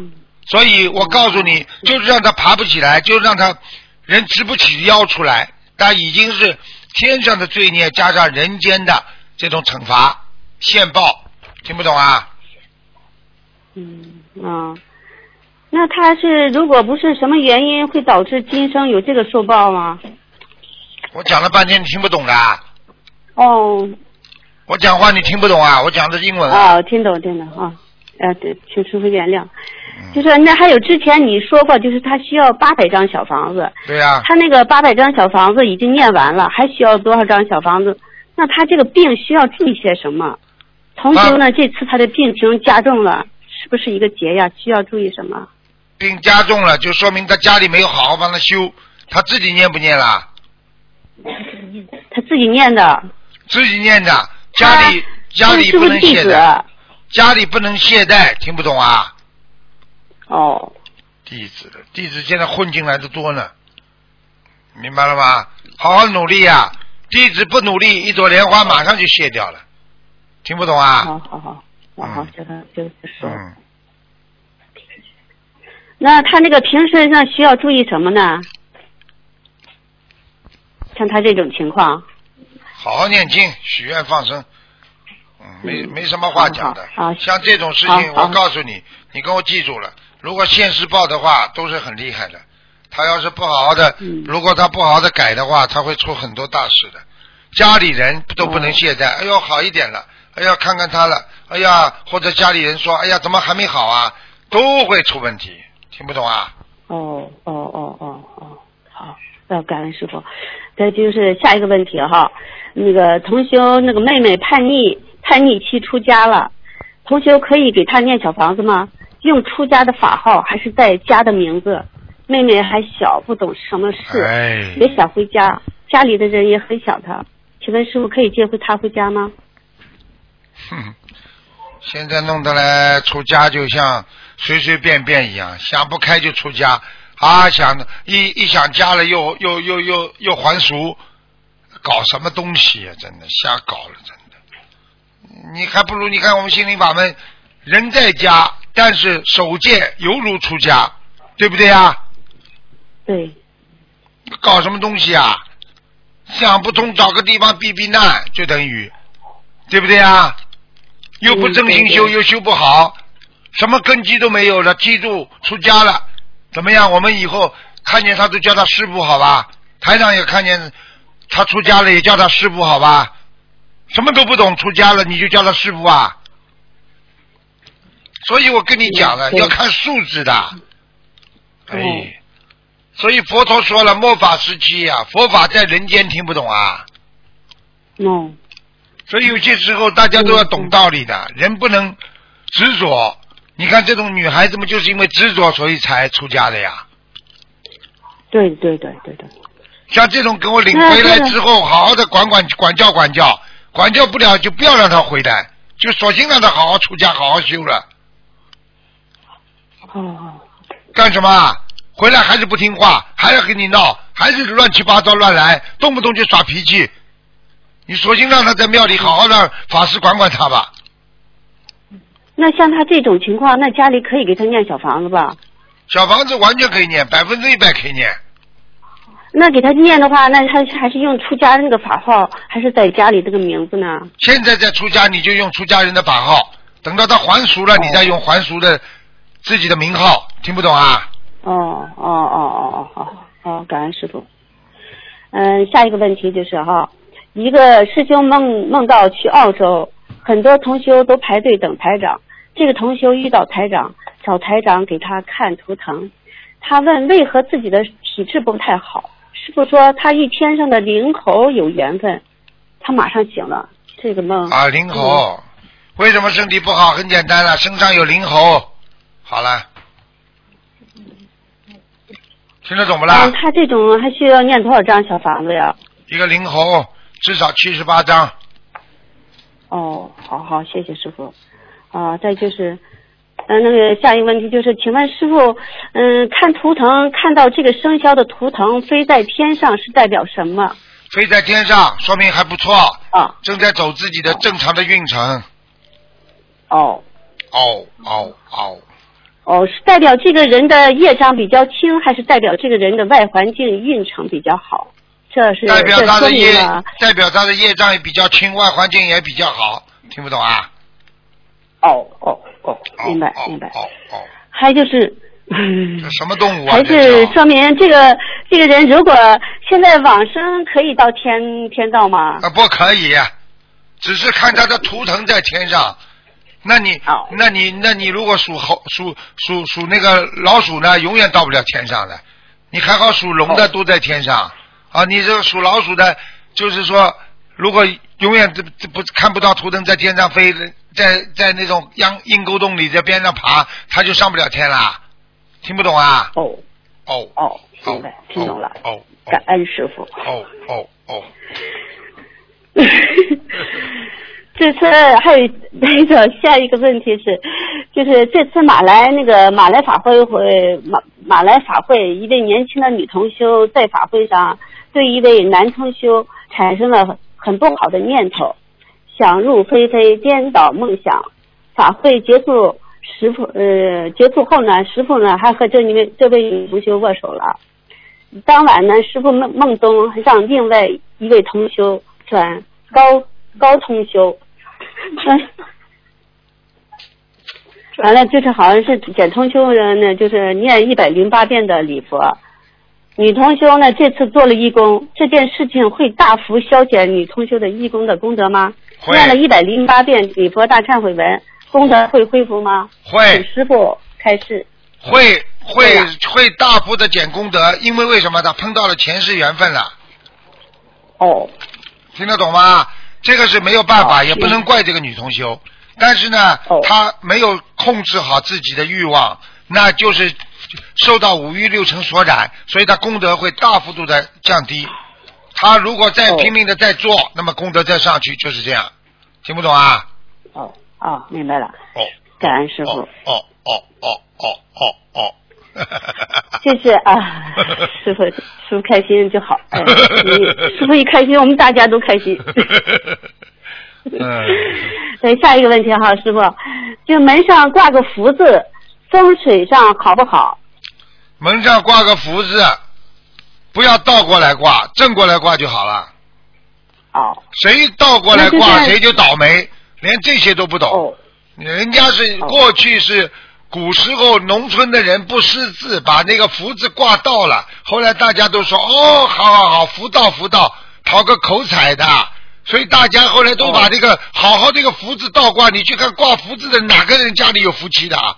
[SPEAKER 1] 所以我告诉你，就是让他爬不起来，就让他人直不起腰出来，但已经是天上的罪孽加上人间的这种惩罚现报，听不懂啊？
[SPEAKER 7] 啊，那他是如果不是什么原因，会导致今生有这个受报吗？
[SPEAKER 1] 我讲了半天你听不懂的啊，
[SPEAKER 7] 哦，
[SPEAKER 1] 我讲话你听不懂啊？我讲的是英文啊，
[SPEAKER 7] 啊，听懂听懂啊，呃，对，请师傅原谅。就是那还有之前你说过，就是他需要八百张小房子，
[SPEAKER 1] 对啊呀、
[SPEAKER 7] 他那个八百张小房子已经念完了，还需要多少张小房子？那他这个病需要注意些什么？同时
[SPEAKER 1] 啊
[SPEAKER 7] 呢，这次他的病情加重了，是不是一个劫呀？需要注意什么？
[SPEAKER 1] 病加重了，就说明他家里没有好好帮他修，他自己念不念啦？
[SPEAKER 7] 他自己念的，
[SPEAKER 1] 自己念的，家里家里
[SPEAKER 7] 是
[SPEAKER 1] 啊不
[SPEAKER 7] 不
[SPEAKER 1] 能啊
[SPEAKER 7] 是弟
[SPEAKER 1] 懈
[SPEAKER 7] 子？
[SPEAKER 1] 怠，家里不能懈怠，听不懂啊？
[SPEAKER 7] 哦，
[SPEAKER 1] 弟子的弟子现在混进来的多呢，明白了吗？好好努力呀、弟子不努力，一朵莲花马上就谢掉了，听不懂啊？
[SPEAKER 7] 好好好，好好，这个就不说。
[SPEAKER 1] 嗯，
[SPEAKER 7] 那他那个平时上需要注意什么呢？像他这种情况
[SPEAKER 1] 好好念经，许愿放生，嗯，没没什么话讲的。
[SPEAKER 7] 啊，
[SPEAKER 1] 像这种事情，
[SPEAKER 7] 好好
[SPEAKER 1] 我告诉你，你给我记住了。如果现世报的话，都是很厉害的。他要是不好好的，
[SPEAKER 7] 嗯
[SPEAKER 1] 如果他不好好的改的话，他会出很多大事的。家里人都不能懈
[SPEAKER 7] 嗯
[SPEAKER 1] 怠，哎呦好一点了，哎呀看看他了，哎呀或者家里人说，哎呀怎么还没好啊，都会出问题。听不懂啊？
[SPEAKER 7] 哦哦哦哦哦，好，要感恩师傅。再就是下一个问题哈，那个同修那个妹妹叛逆叛逆期出家了，同修可以给她念小房子吗？用出家的法号还是带家的名字？妹妹还小，不懂什么事，
[SPEAKER 1] 哎，
[SPEAKER 7] 也想回家，家里的人也很想她。请问师傅可以接回她回家吗？
[SPEAKER 1] 哼， [laughs] 现在弄得来出家就像随随便便一样，想不开就出家啊，想一一想家了又又又又又还俗，搞什么东西啊呀、真的瞎搞了，真的。你还不如你看我们心灵法门，人在家，但是守戒犹如出家，对不对呀？
[SPEAKER 7] 对，
[SPEAKER 1] 搞什么东西啊？想不通，找个地方避避难，就等于，对不对啊？又不真心修，
[SPEAKER 7] 嗯对对
[SPEAKER 1] 又修不好，什么根基都没有了。记住，出家了，怎么样？我们以后看见他都叫他师傅，好吧？台长也看见他出家了，也叫他师傅，好吧？什么都不懂，出家了你就叫他师傅啊？所以我跟你讲了，
[SPEAKER 7] 嗯对
[SPEAKER 1] 要看素质的。哎。
[SPEAKER 7] 哦
[SPEAKER 1] 所以佛陀说了，末法时期啊，佛法在人间听不懂啊，
[SPEAKER 7] no，
[SPEAKER 1] 所以有些时候大家都要懂道理
[SPEAKER 7] 嗯
[SPEAKER 1] 的，人不能执着。你看这种女孩子们，就是因为执着，所以才出家的呀。
[SPEAKER 7] 对对对对对，
[SPEAKER 1] 像这种给我领回来之后，好好的管管管教管教，管教不了就不要让她回来，就索性让她好好出家，好好修了。
[SPEAKER 7] 哦，
[SPEAKER 1] 干什么啊？回来还是不听话，还要跟你闹，还是乱七八糟乱来，动不动就耍脾气。你索性让他在庙里好好让法师管管他吧。
[SPEAKER 7] 那像他这种情况，那家里可以给他念小房子吧？
[SPEAKER 1] 小房子完全可以念，百分之一百可以念。
[SPEAKER 7] 那给他念的话，那他还是用出家的那个法号，还是在家里这个名字呢？
[SPEAKER 1] 现在在出家，你就用出家人的法号，等到他还俗
[SPEAKER 7] 哦
[SPEAKER 1] 了，你再用还俗的自己的名号。听不懂啊？
[SPEAKER 7] 哦哦哦哦哦哦哦，感恩师傅。嗯，下一个问题就是哈，一个师兄梦梦到去澳洲，很多同修都排队等台长。这个同修遇到台长，找台长给他看图腾，他问为何自己的体质不太好，师傅说他与天上的灵猴有缘分，他马上醒了。这个梦
[SPEAKER 1] 啊，灵猴，为什么身体不好？很简单了，身上有灵猴。好了，听得懂不啦？
[SPEAKER 7] 嗯，他这种还需要念多少张小房子呀？
[SPEAKER 1] 一个灵猴至少七十八张，
[SPEAKER 7] 哦好好，谢谢师傅。啊，再就是，呃，那个下一个问题就是，请问师傅，嗯，看图腾看到这个生肖的图腾飞在天上是代表什么？
[SPEAKER 1] 飞在天上，说明还不错，
[SPEAKER 7] 啊，
[SPEAKER 1] 正在走自己的正常的运程。
[SPEAKER 7] 哦
[SPEAKER 1] 哦哦哦，
[SPEAKER 7] 哦，是代表这个人的业障比较轻，还是代表这个人的外环境运程比较好？这是
[SPEAKER 1] 代表
[SPEAKER 7] 这
[SPEAKER 1] 他
[SPEAKER 7] 说
[SPEAKER 1] 的
[SPEAKER 7] 明
[SPEAKER 1] 业
[SPEAKER 7] 了，
[SPEAKER 1] 代表他的业障也比较轻，外环境也比较好，听不懂啊？
[SPEAKER 7] 哦哦哦，
[SPEAKER 1] 哦
[SPEAKER 7] 明白
[SPEAKER 1] 哦
[SPEAKER 7] 明白。
[SPEAKER 1] 哦哦，[laughs]
[SPEAKER 7] 还就是，嗯
[SPEAKER 1] 这，什么动物啊？
[SPEAKER 7] 还
[SPEAKER 1] 这
[SPEAKER 7] 是说明这个这个人如果现在往生可以到天天道吗？
[SPEAKER 1] 啊，不可以，只是看他的图腾在天上。那你
[SPEAKER 7] 哦，
[SPEAKER 1] 那你，那你如果属猴、属属属那个老鼠呢，永远到不了天上的。你还好，属龙
[SPEAKER 7] 哦
[SPEAKER 1] 的都在天上啊。你这个属老鼠的，就是说，如果永远这这不看不到图腾在天上飞，在在那种阴阴沟洞里在边上爬，它就上不了天啦。听不懂啊？
[SPEAKER 7] 哦
[SPEAKER 1] 哦，
[SPEAKER 7] 哦，
[SPEAKER 1] 哦
[SPEAKER 7] 明白，听懂了，
[SPEAKER 1] 哦哦
[SPEAKER 7] 感恩师傅。
[SPEAKER 1] 哦哦哦，
[SPEAKER 7] [laughs] 这次还有那个 [laughs] 下一个问题是，就是这次马来那个马来法会会马马来法会，一位年轻的女同修在法会上对一位男同修产生了很不好的念头，想入非非，颠倒梦想。法会结束师傅呃结束后呢，师傅呢还和这一位这位女同修握手了。当晚呢，师傅梦梦中让另外一位同修转高高通修，嗯，完了就是好像是简通修人呢，就是念一百零八遍的礼佛。女同修呢，这次做了义工，这件事情会大幅消减女同修的义工的功德吗？
[SPEAKER 1] 会
[SPEAKER 7] 念了一百零八遍礼佛大忏悔文，功德会恢复吗？
[SPEAKER 1] 会
[SPEAKER 7] 请师傅开示。
[SPEAKER 1] 会
[SPEAKER 7] 对
[SPEAKER 1] 会
[SPEAKER 7] 呀
[SPEAKER 1] 会大幅的减功德，因为为什么他碰到了前世缘分了，
[SPEAKER 7] 哦，
[SPEAKER 1] 听得懂吗？这个是没有办法，
[SPEAKER 7] 哦
[SPEAKER 1] 也
[SPEAKER 7] 是
[SPEAKER 1] 不能怪这个女同修，但是呢
[SPEAKER 7] 哦，
[SPEAKER 1] 她没有控制好自己的欲望，那就是受到五欲六尘所染，所以她功德会大幅度的降低。她如果再
[SPEAKER 7] 哦
[SPEAKER 1] 拼命的再做，那么功德再上去，就是这样，听不懂啊？
[SPEAKER 7] 哦，哦，明白了，
[SPEAKER 1] 哦
[SPEAKER 7] 感恩师傅。
[SPEAKER 1] 哦哦哦哦哦哦哦，
[SPEAKER 7] 谢谢
[SPEAKER 1] [laughs]
[SPEAKER 7] 啊，师傅，师傅开心就好。哎，你师傅一开心，我们大家都
[SPEAKER 1] [laughs]
[SPEAKER 7] 开心。
[SPEAKER 1] 嗯，
[SPEAKER 7] [laughs] 对，下一个问题哈，师傅，这门上挂个福字，风水上好不好？
[SPEAKER 1] 门上挂个福字，不要倒过来挂，正过来挂就好了。
[SPEAKER 7] 哦
[SPEAKER 1] 谁倒过来
[SPEAKER 7] 那
[SPEAKER 1] 挂，
[SPEAKER 7] 就是
[SPEAKER 1] 谁就倒霉，连这些都不懂。
[SPEAKER 7] 哦
[SPEAKER 1] 人家是
[SPEAKER 7] 哦
[SPEAKER 1] 过去是古时候农村的人不识字，把那个福字挂倒了。后来大家都说哦，好好好，福到福到，讨个口彩的。所以大家后来都把这个、好好这个福字倒挂，你去看挂福字的哪个人家里有福气的啊，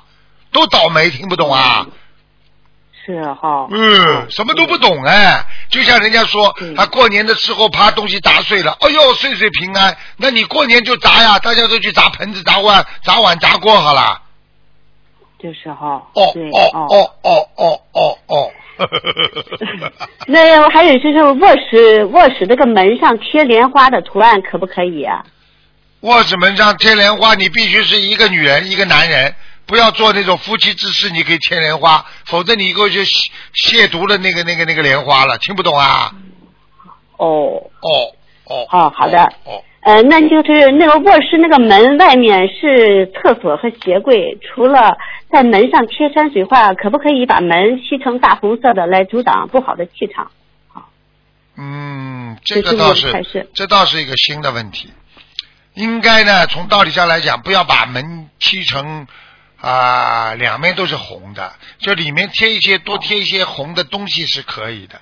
[SPEAKER 1] 都倒霉，听不懂啊？
[SPEAKER 7] 是哈、
[SPEAKER 1] 嗯，什么都不懂哎，就像人家说
[SPEAKER 7] 对
[SPEAKER 1] 啊，过年的时候怕东西砸碎了，哎呦，岁岁平安。那你过年就砸呀，大家都去砸盆子、砸碗、砸碗、砸锅好了。
[SPEAKER 7] 就是哈、
[SPEAKER 1] 哦
[SPEAKER 7] 对
[SPEAKER 1] 哦哦哦哦哦哦， [laughs]
[SPEAKER 7] 那还有就是卧室卧室这个门上贴莲花的图案可不可以啊？
[SPEAKER 1] 卧室门上贴莲花，你必须是一个女人一个男人，不要做那种夫妻之事，你可以贴莲花，否则你以后就亵亵渎了那个那个那个莲花了，听不懂啊？
[SPEAKER 7] 哦
[SPEAKER 1] 哦哦
[SPEAKER 7] 哦，好的。
[SPEAKER 1] 哦，
[SPEAKER 7] 呃，那就是那个卧室那个门外面是厕所和鞋柜，除了在门上贴山水画，可不可以把门漆成大红色的来阻挡不好的气场？
[SPEAKER 1] 嗯，这
[SPEAKER 7] 这
[SPEAKER 1] 个
[SPEAKER 7] 是
[SPEAKER 1] 倒
[SPEAKER 7] 我还
[SPEAKER 1] 是
[SPEAKER 7] 是，
[SPEAKER 1] 这倒是一个新的问题。应该呢，从道理上来讲，不要把门漆成啊、两面都是红的，就里面贴一些多贴一些红的东西是可以的。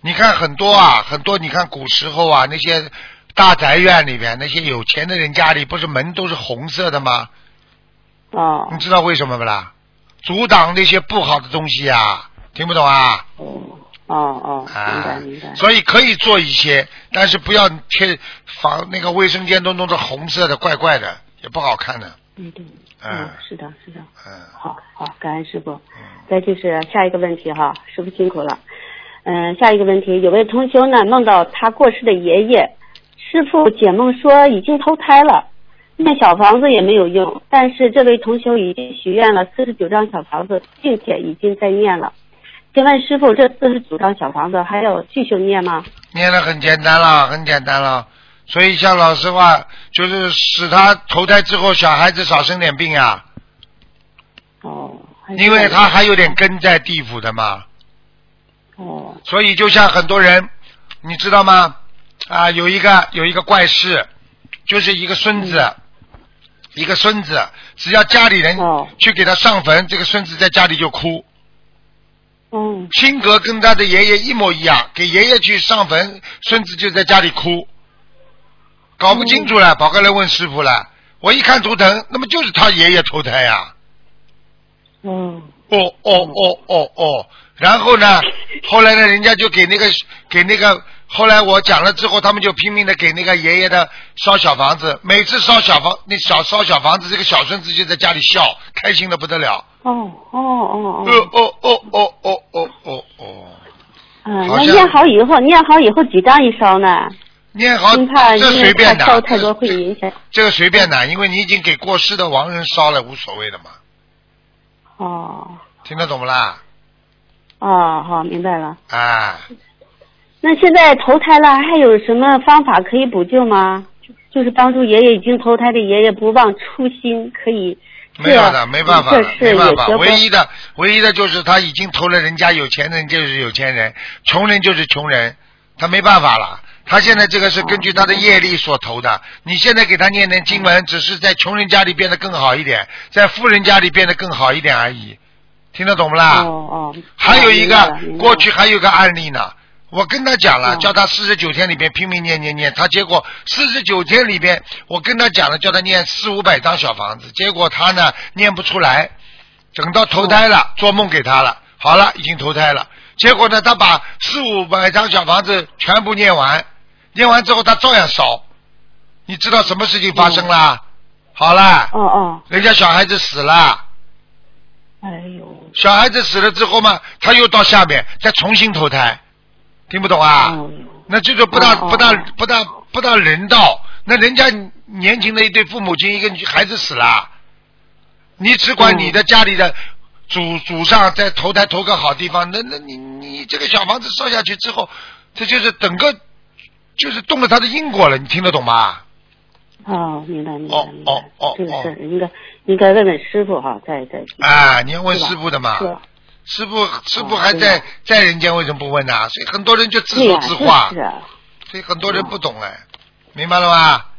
[SPEAKER 1] 你看很多啊，很多你看古时候啊，那些大宅院里边那些有钱的人家里，不是门都是红色的吗？
[SPEAKER 7] 哦
[SPEAKER 1] 你知道为什么不啦？阻挡那些不好的东西啊，听不懂啊？
[SPEAKER 7] 哦哦，明白
[SPEAKER 1] 啊
[SPEAKER 7] 明白，。
[SPEAKER 1] 所以可以做一些，但是不要贴房那个卫生间都弄成红色的，怪怪的，也不好看的。
[SPEAKER 7] 对对，嗯
[SPEAKER 1] 嗯，
[SPEAKER 7] 是的，是的。
[SPEAKER 1] 嗯，
[SPEAKER 7] 好好，感恩师傅。再就是下一个问题哈，师傅辛苦了。嗯、下一个问题，有位同修呢梦到他过世的爷爷，师傅解梦说已经投胎了，念小房子也没有用，但是这位同修已经许愿了四十九张小房子，并且已经在念了。请问师傅，这四十九张小房子还要继续念吗？
[SPEAKER 1] 念的很简单了，很简单了。所以像老实话，就是使他投胎之后小孩子少生点病呀、
[SPEAKER 7] 哦，还是
[SPEAKER 1] 因为他还有点根在地府的嘛。
[SPEAKER 7] 哦，
[SPEAKER 1] 所以就像很多人，你知道吗？啊，有一个有一个怪事，就是一个孙子，一个孙子，只要家里人
[SPEAKER 7] 哦
[SPEAKER 1] 去给他上坟，这个孙子在家里就哭。
[SPEAKER 7] 嗯，
[SPEAKER 1] 性格跟他的爷爷一模一样，给爷爷去上坟，孙子就在家里哭，搞不清楚了，跑过来问师傅了。我一看图腾，那么就是他爷爷投胎呀、
[SPEAKER 7] 哦，
[SPEAKER 1] 哦哦哦哦哦，然后呢，后来呢，人家就给那个给那个，后来我讲了之后，他们就拼命的给那个爷爷的烧小房子，每次烧小房那小烧小房子，这个小孙子就在家里笑，开心的不得了。
[SPEAKER 7] 哦，哦，哦，
[SPEAKER 1] 哦
[SPEAKER 7] 哦，
[SPEAKER 1] 哦哦哦哦哦哦哦，
[SPEAKER 7] 嗯，
[SPEAKER 1] 好
[SPEAKER 7] 那
[SPEAKER 1] 像
[SPEAKER 7] 念好以后，念好以后几张一烧呢？
[SPEAKER 1] 念好，
[SPEAKER 7] 您怕
[SPEAKER 1] 这
[SPEAKER 7] 因
[SPEAKER 1] 随
[SPEAKER 7] 为
[SPEAKER 1] 便
[SPEAKER 7] 太烧
[SPEAKER 1] 的，
[SPEAKER 7] 太多会影响。
[SPEAKER 1] 这个随便的，因为你已经给过世的亡人烧了，无所谓的嘛，
[SPEAKER 7] 哦，
[SPEAKER 1] 听得懂不啦？
[SPEAKER 7] 哦，好，明白了。
[SPEAKER 1] 啊，
[SPEAKER 7] 那现在投胎了，还有什么方法可以补救吗？就就是帮助爷爷已经投胎的爷爷不忘初心，可以
[SPEAKER 1] 没有
[SPEAKER 7] 啊
[SPEAKER 1] 的，没办法
[SPEAKER 7] 这
[SPEAKER 1] 的，
[SPEAKER 7] 事
[SPEAKER 1] 没
[SPEAKER 7] 有
[SPEAKER 1] 办法。
[SPEAKER 7] 结
[SPEAKER 1] 唯
[SPEAKER 7] 婚
[SPEAKER 1] 一的，唯一的就是他已经投了人家有钱人就是有钱人，穷人就是穷人，他没办法了。他现在这
[SPEAKER 7] 哦
[SPEAKER 1] 个是根据他的业力所投的。你现在给他念念经
[SPEAKER 7] 嗯
[SPEAKER 1] 文，只是在穷人家里变得更好一点，在富人家里变得更好一点而已。听得懂不啦？
[SPEAKER 7] 哦哦，
[SPEAKER 1] 还有一
[SPEAKER 7] 哦
[SPEAKER 1] 个
[SPEAKER 7] 明白了
[SPEAKER 1] 过去还有一个案例呢，我跟他讲了，
[SPEAKER 7] 嗯
[SPEAKER 1] 叫他四十九天里边拼命念念念，他结果四十九天里边，我跟他讲了，叫他念四五百张小房子，结果他呢念不出来，等到投胎
[SPEAKER 7] 嗯
[SPEAKER 1] 了，做梦给他了，好了，已经投胎了，结果呢，他把四五百张小房子全部念完，念完之后他照样烧，你知道什么事情发生啦？好啦，
[SPEAKER 7] 嗯哦哦，
[SPEAKER 1] 人家小孩子死了。
[SPEAKER 7] 哎呦，
[SPEAKER 1] 小孩子死了之后嘛，他又到下面再重新投胎，听不懂啊？
[SPEAKER 7] 哦
[SPEAKER 1] 那这就不大
[SPEAKER 7] 哦
[SPEAKER 1] 不大
[SPEAKER 7] 哦
[SPEAKER 1] 不大不大人道。那人家年轻的一对父母亲，一个女孩子死了，你只管你的家里的祖祖上再投胎投个好地方，那那你你这个小房子烧下去之后，这就是整个就是动了他的因果了，你听得懂吗？
[SPEAKER 7] 哦，明白明白
[SPEAKER 1] 哦
[SPEAKER 7] 明白，
[SPEAKER 1] 哦哦
[SPEAKER 7] 这个
[SPEAKER 1] 哦
[SPEAKER 7] 事儿应该应该问问师傅哈，再再
[SPEAKER 1] 啊，你要问
[SPEAKER 7] 是吧
[SPEAKER 1] 师傅的嘛
[SPEAKER 7] 是。吧？
[SPEAKER 1] 师傅，师傅
[SPEAKER 7] 哦
[SPEAKER 1] 还
[SPEAKER 7] 对
[SPEAKER 1] 在在人间，为什么不问呢、所以很多人就自
[SPEAKER 7] 对
[SPEAKER 1] 说
[SPEAKER 7] 呀，
[SPEAKER 1] 自话。
[SPEAKER 7] 就是啊，
[SPEAKER 1] 所以很多人不懂哎，明白了吧？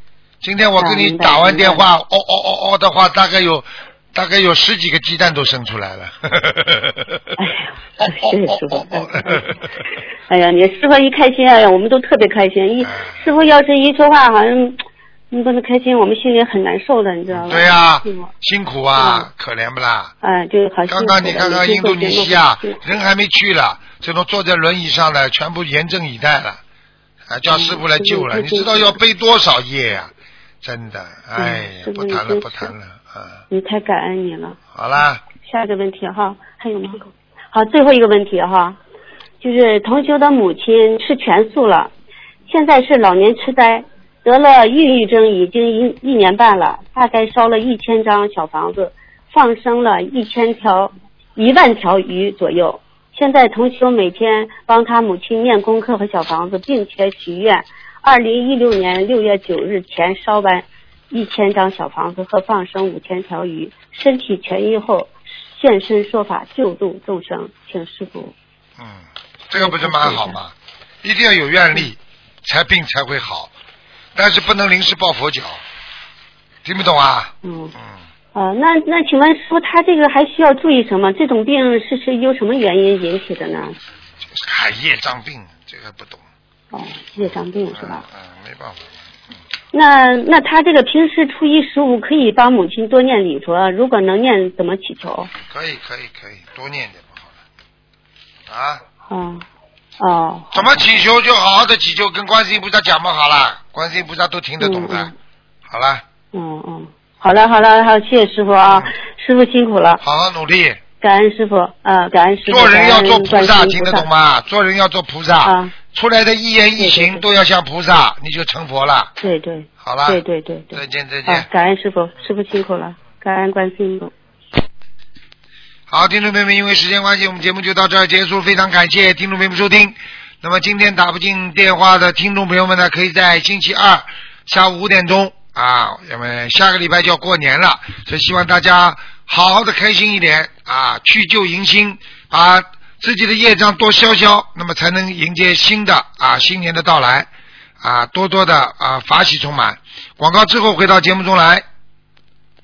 [SPEAKER 1] 今天我跟
[SPEAKER 7] 啊
[SPEAKER 1] 你
[SPEAKER 7] 明白
[SPEAKER 1] 打完电话，哦哦哦哦的话，大概有大概有十几个鸡蛋都生出来了。哦
[SPEAKER 7] 哎呀，
[SPEAKER 1] [laughs] 哦
[SPEAKER 7] 谢谢
[SPEAKER 1] 哦
[SPEAKER 7] 师傅
[SPEAKER 1] 哦哦，
[SPEAKER 7] [laughs] 哎呀，你师傅一开心，哎呀，我们都特别开心。一
[SPEAKER 1] 哎
[SPEAKER 7] 师傅要是一说话，好像嗯不能开心，我们心里很难受的，你知道吧？
[SPEAKER 1] [laughs] 对呀
[SPEAKER 7] 是吗，
[SPEAKER 1] 辛苦
[SPEAKER 7] 嗯
[SPEAKER 1] 啊，可怜不啦？
[SPEAKER 7] 哎，就好像
[SPEAKER 1] 刚刚你看看印度尼西亚
[SPEAKER 7] 是
[SPEAKER 1] 人还没去了，这种坐在轮椅上的全部严阵以待了，啊，叫师傅来救了。
[SPEAKER 7] 嗯
[SPEAKER 1] 你知道要背多少业呀、真的，哎呀
[SPEAKER 7] 嗯，
[SPEAKER 1] 不谈了，
[SPEAKER 7] 真是
[SPEAKER 1] 不谈了，啊，
[SPEAKER 7] 你太感恩你了。
[SPEAKER 1] 好啦，
[SPEAKER 7] 下一个问题哈，还有吗？好，最后一个问题哈，就是同修的母亲吃全素了，现在是老年痴呆，得了抑郁症已经一一年半了，大概烧了一千张小房子，放生了一千条、一万条鱼左右。现在同修每天帮他母亲念功课和小房子，并且许愿，二零一六年六月九日前烧完一千张小房子和放生五千条鱼，身体痊愈后现身说法救度众生，请师傅。
[SPEAKER 1] 嗯，这个不是蛮好吗？一定要有愿力，才病才会好，但是不能临时抱佛脚，听不懂啊？
[SPEAKER 7] 嗯
[SPEAKER 1] 嗯，
[SPEAKER 7] 啊、那那请问师傅，他这个还需要注意什么？这种病是是由什么原因引起的呢？
[SPEAKER 1] 就是哎，业障病，这个不懂，
[SPEAKER 7] 哦，业障病是
[SPEAKER 1] 嗯
[SPEAKER 7] 吧？
[SPEAKER 1] 嗯，没办法。
[SPEAKER 7] 那那他这个平时初一十五可以帮母亲多念礼佛，如果能念怎么祈求？
[SPEAKER 1] 可以可以可以，多念点嘛，好了。啊，
[SPEAKER 7] 啊、哦，
[SPEAKER 1] 怎么祈求就好好的祈求，跟观世音菩萨讲嘛，好了，观世音菩萨都听得懂的。
[SPEAKER 7] 嗯嗯
[SPEAKER 1] 好了，
[SPEAKER 7] 嗯嗯，好了好了，好，谢谢师傅啊，
[SPEAKER 1] 嗯
[SPEAKER 7] 师傅辛苦了，
[SPEAKER 1] 好好努力，
[SPEAKER 7] 感恩师傅啊、感恩师傅。
[SPEAKER 1] 做人要
[SPEAKER 7] 感恩
[SPEAKER 1] 做菩
[SPEAKER 7] 观世
[SPEAKER 1] 萨，
[SPEAKER 7] 音
[SPEAKER 1] 听得
[SPEAKER 7] 菩萨
[SPEAKER 1] 懂吗？做人要做菩萨，
[SPEAKER 7] 啊
[SPEAKER 1] 出来的一言一行都要像菩萨，你就成佛了。
[SPEAKER 7] 对对
[SPEAKER 1] 好了，
[SPEAKER 7] 对对对对
[SPEAKER 1] 再，见再见。
[SPEAKER 7] 啊，感恩师傅，师傅辛苦了，感恩观世音菩萨。
[SPEAKER 1] 好，听众朋友们，因为时间关系，我们节目就到这儿结束。非常感谢听众朋友们收听。那么今天打不进电话的听众朋友们呢，可以在星期二下午五点钟啊，那么下个礼拜就要过年了，所以希望大家好好的开心一点啊，去旧迎新，把自己的业障多消消，那么才能迎接新的啊新年的到来啊，多多的啊法喜充满。广告之后回到节目中来。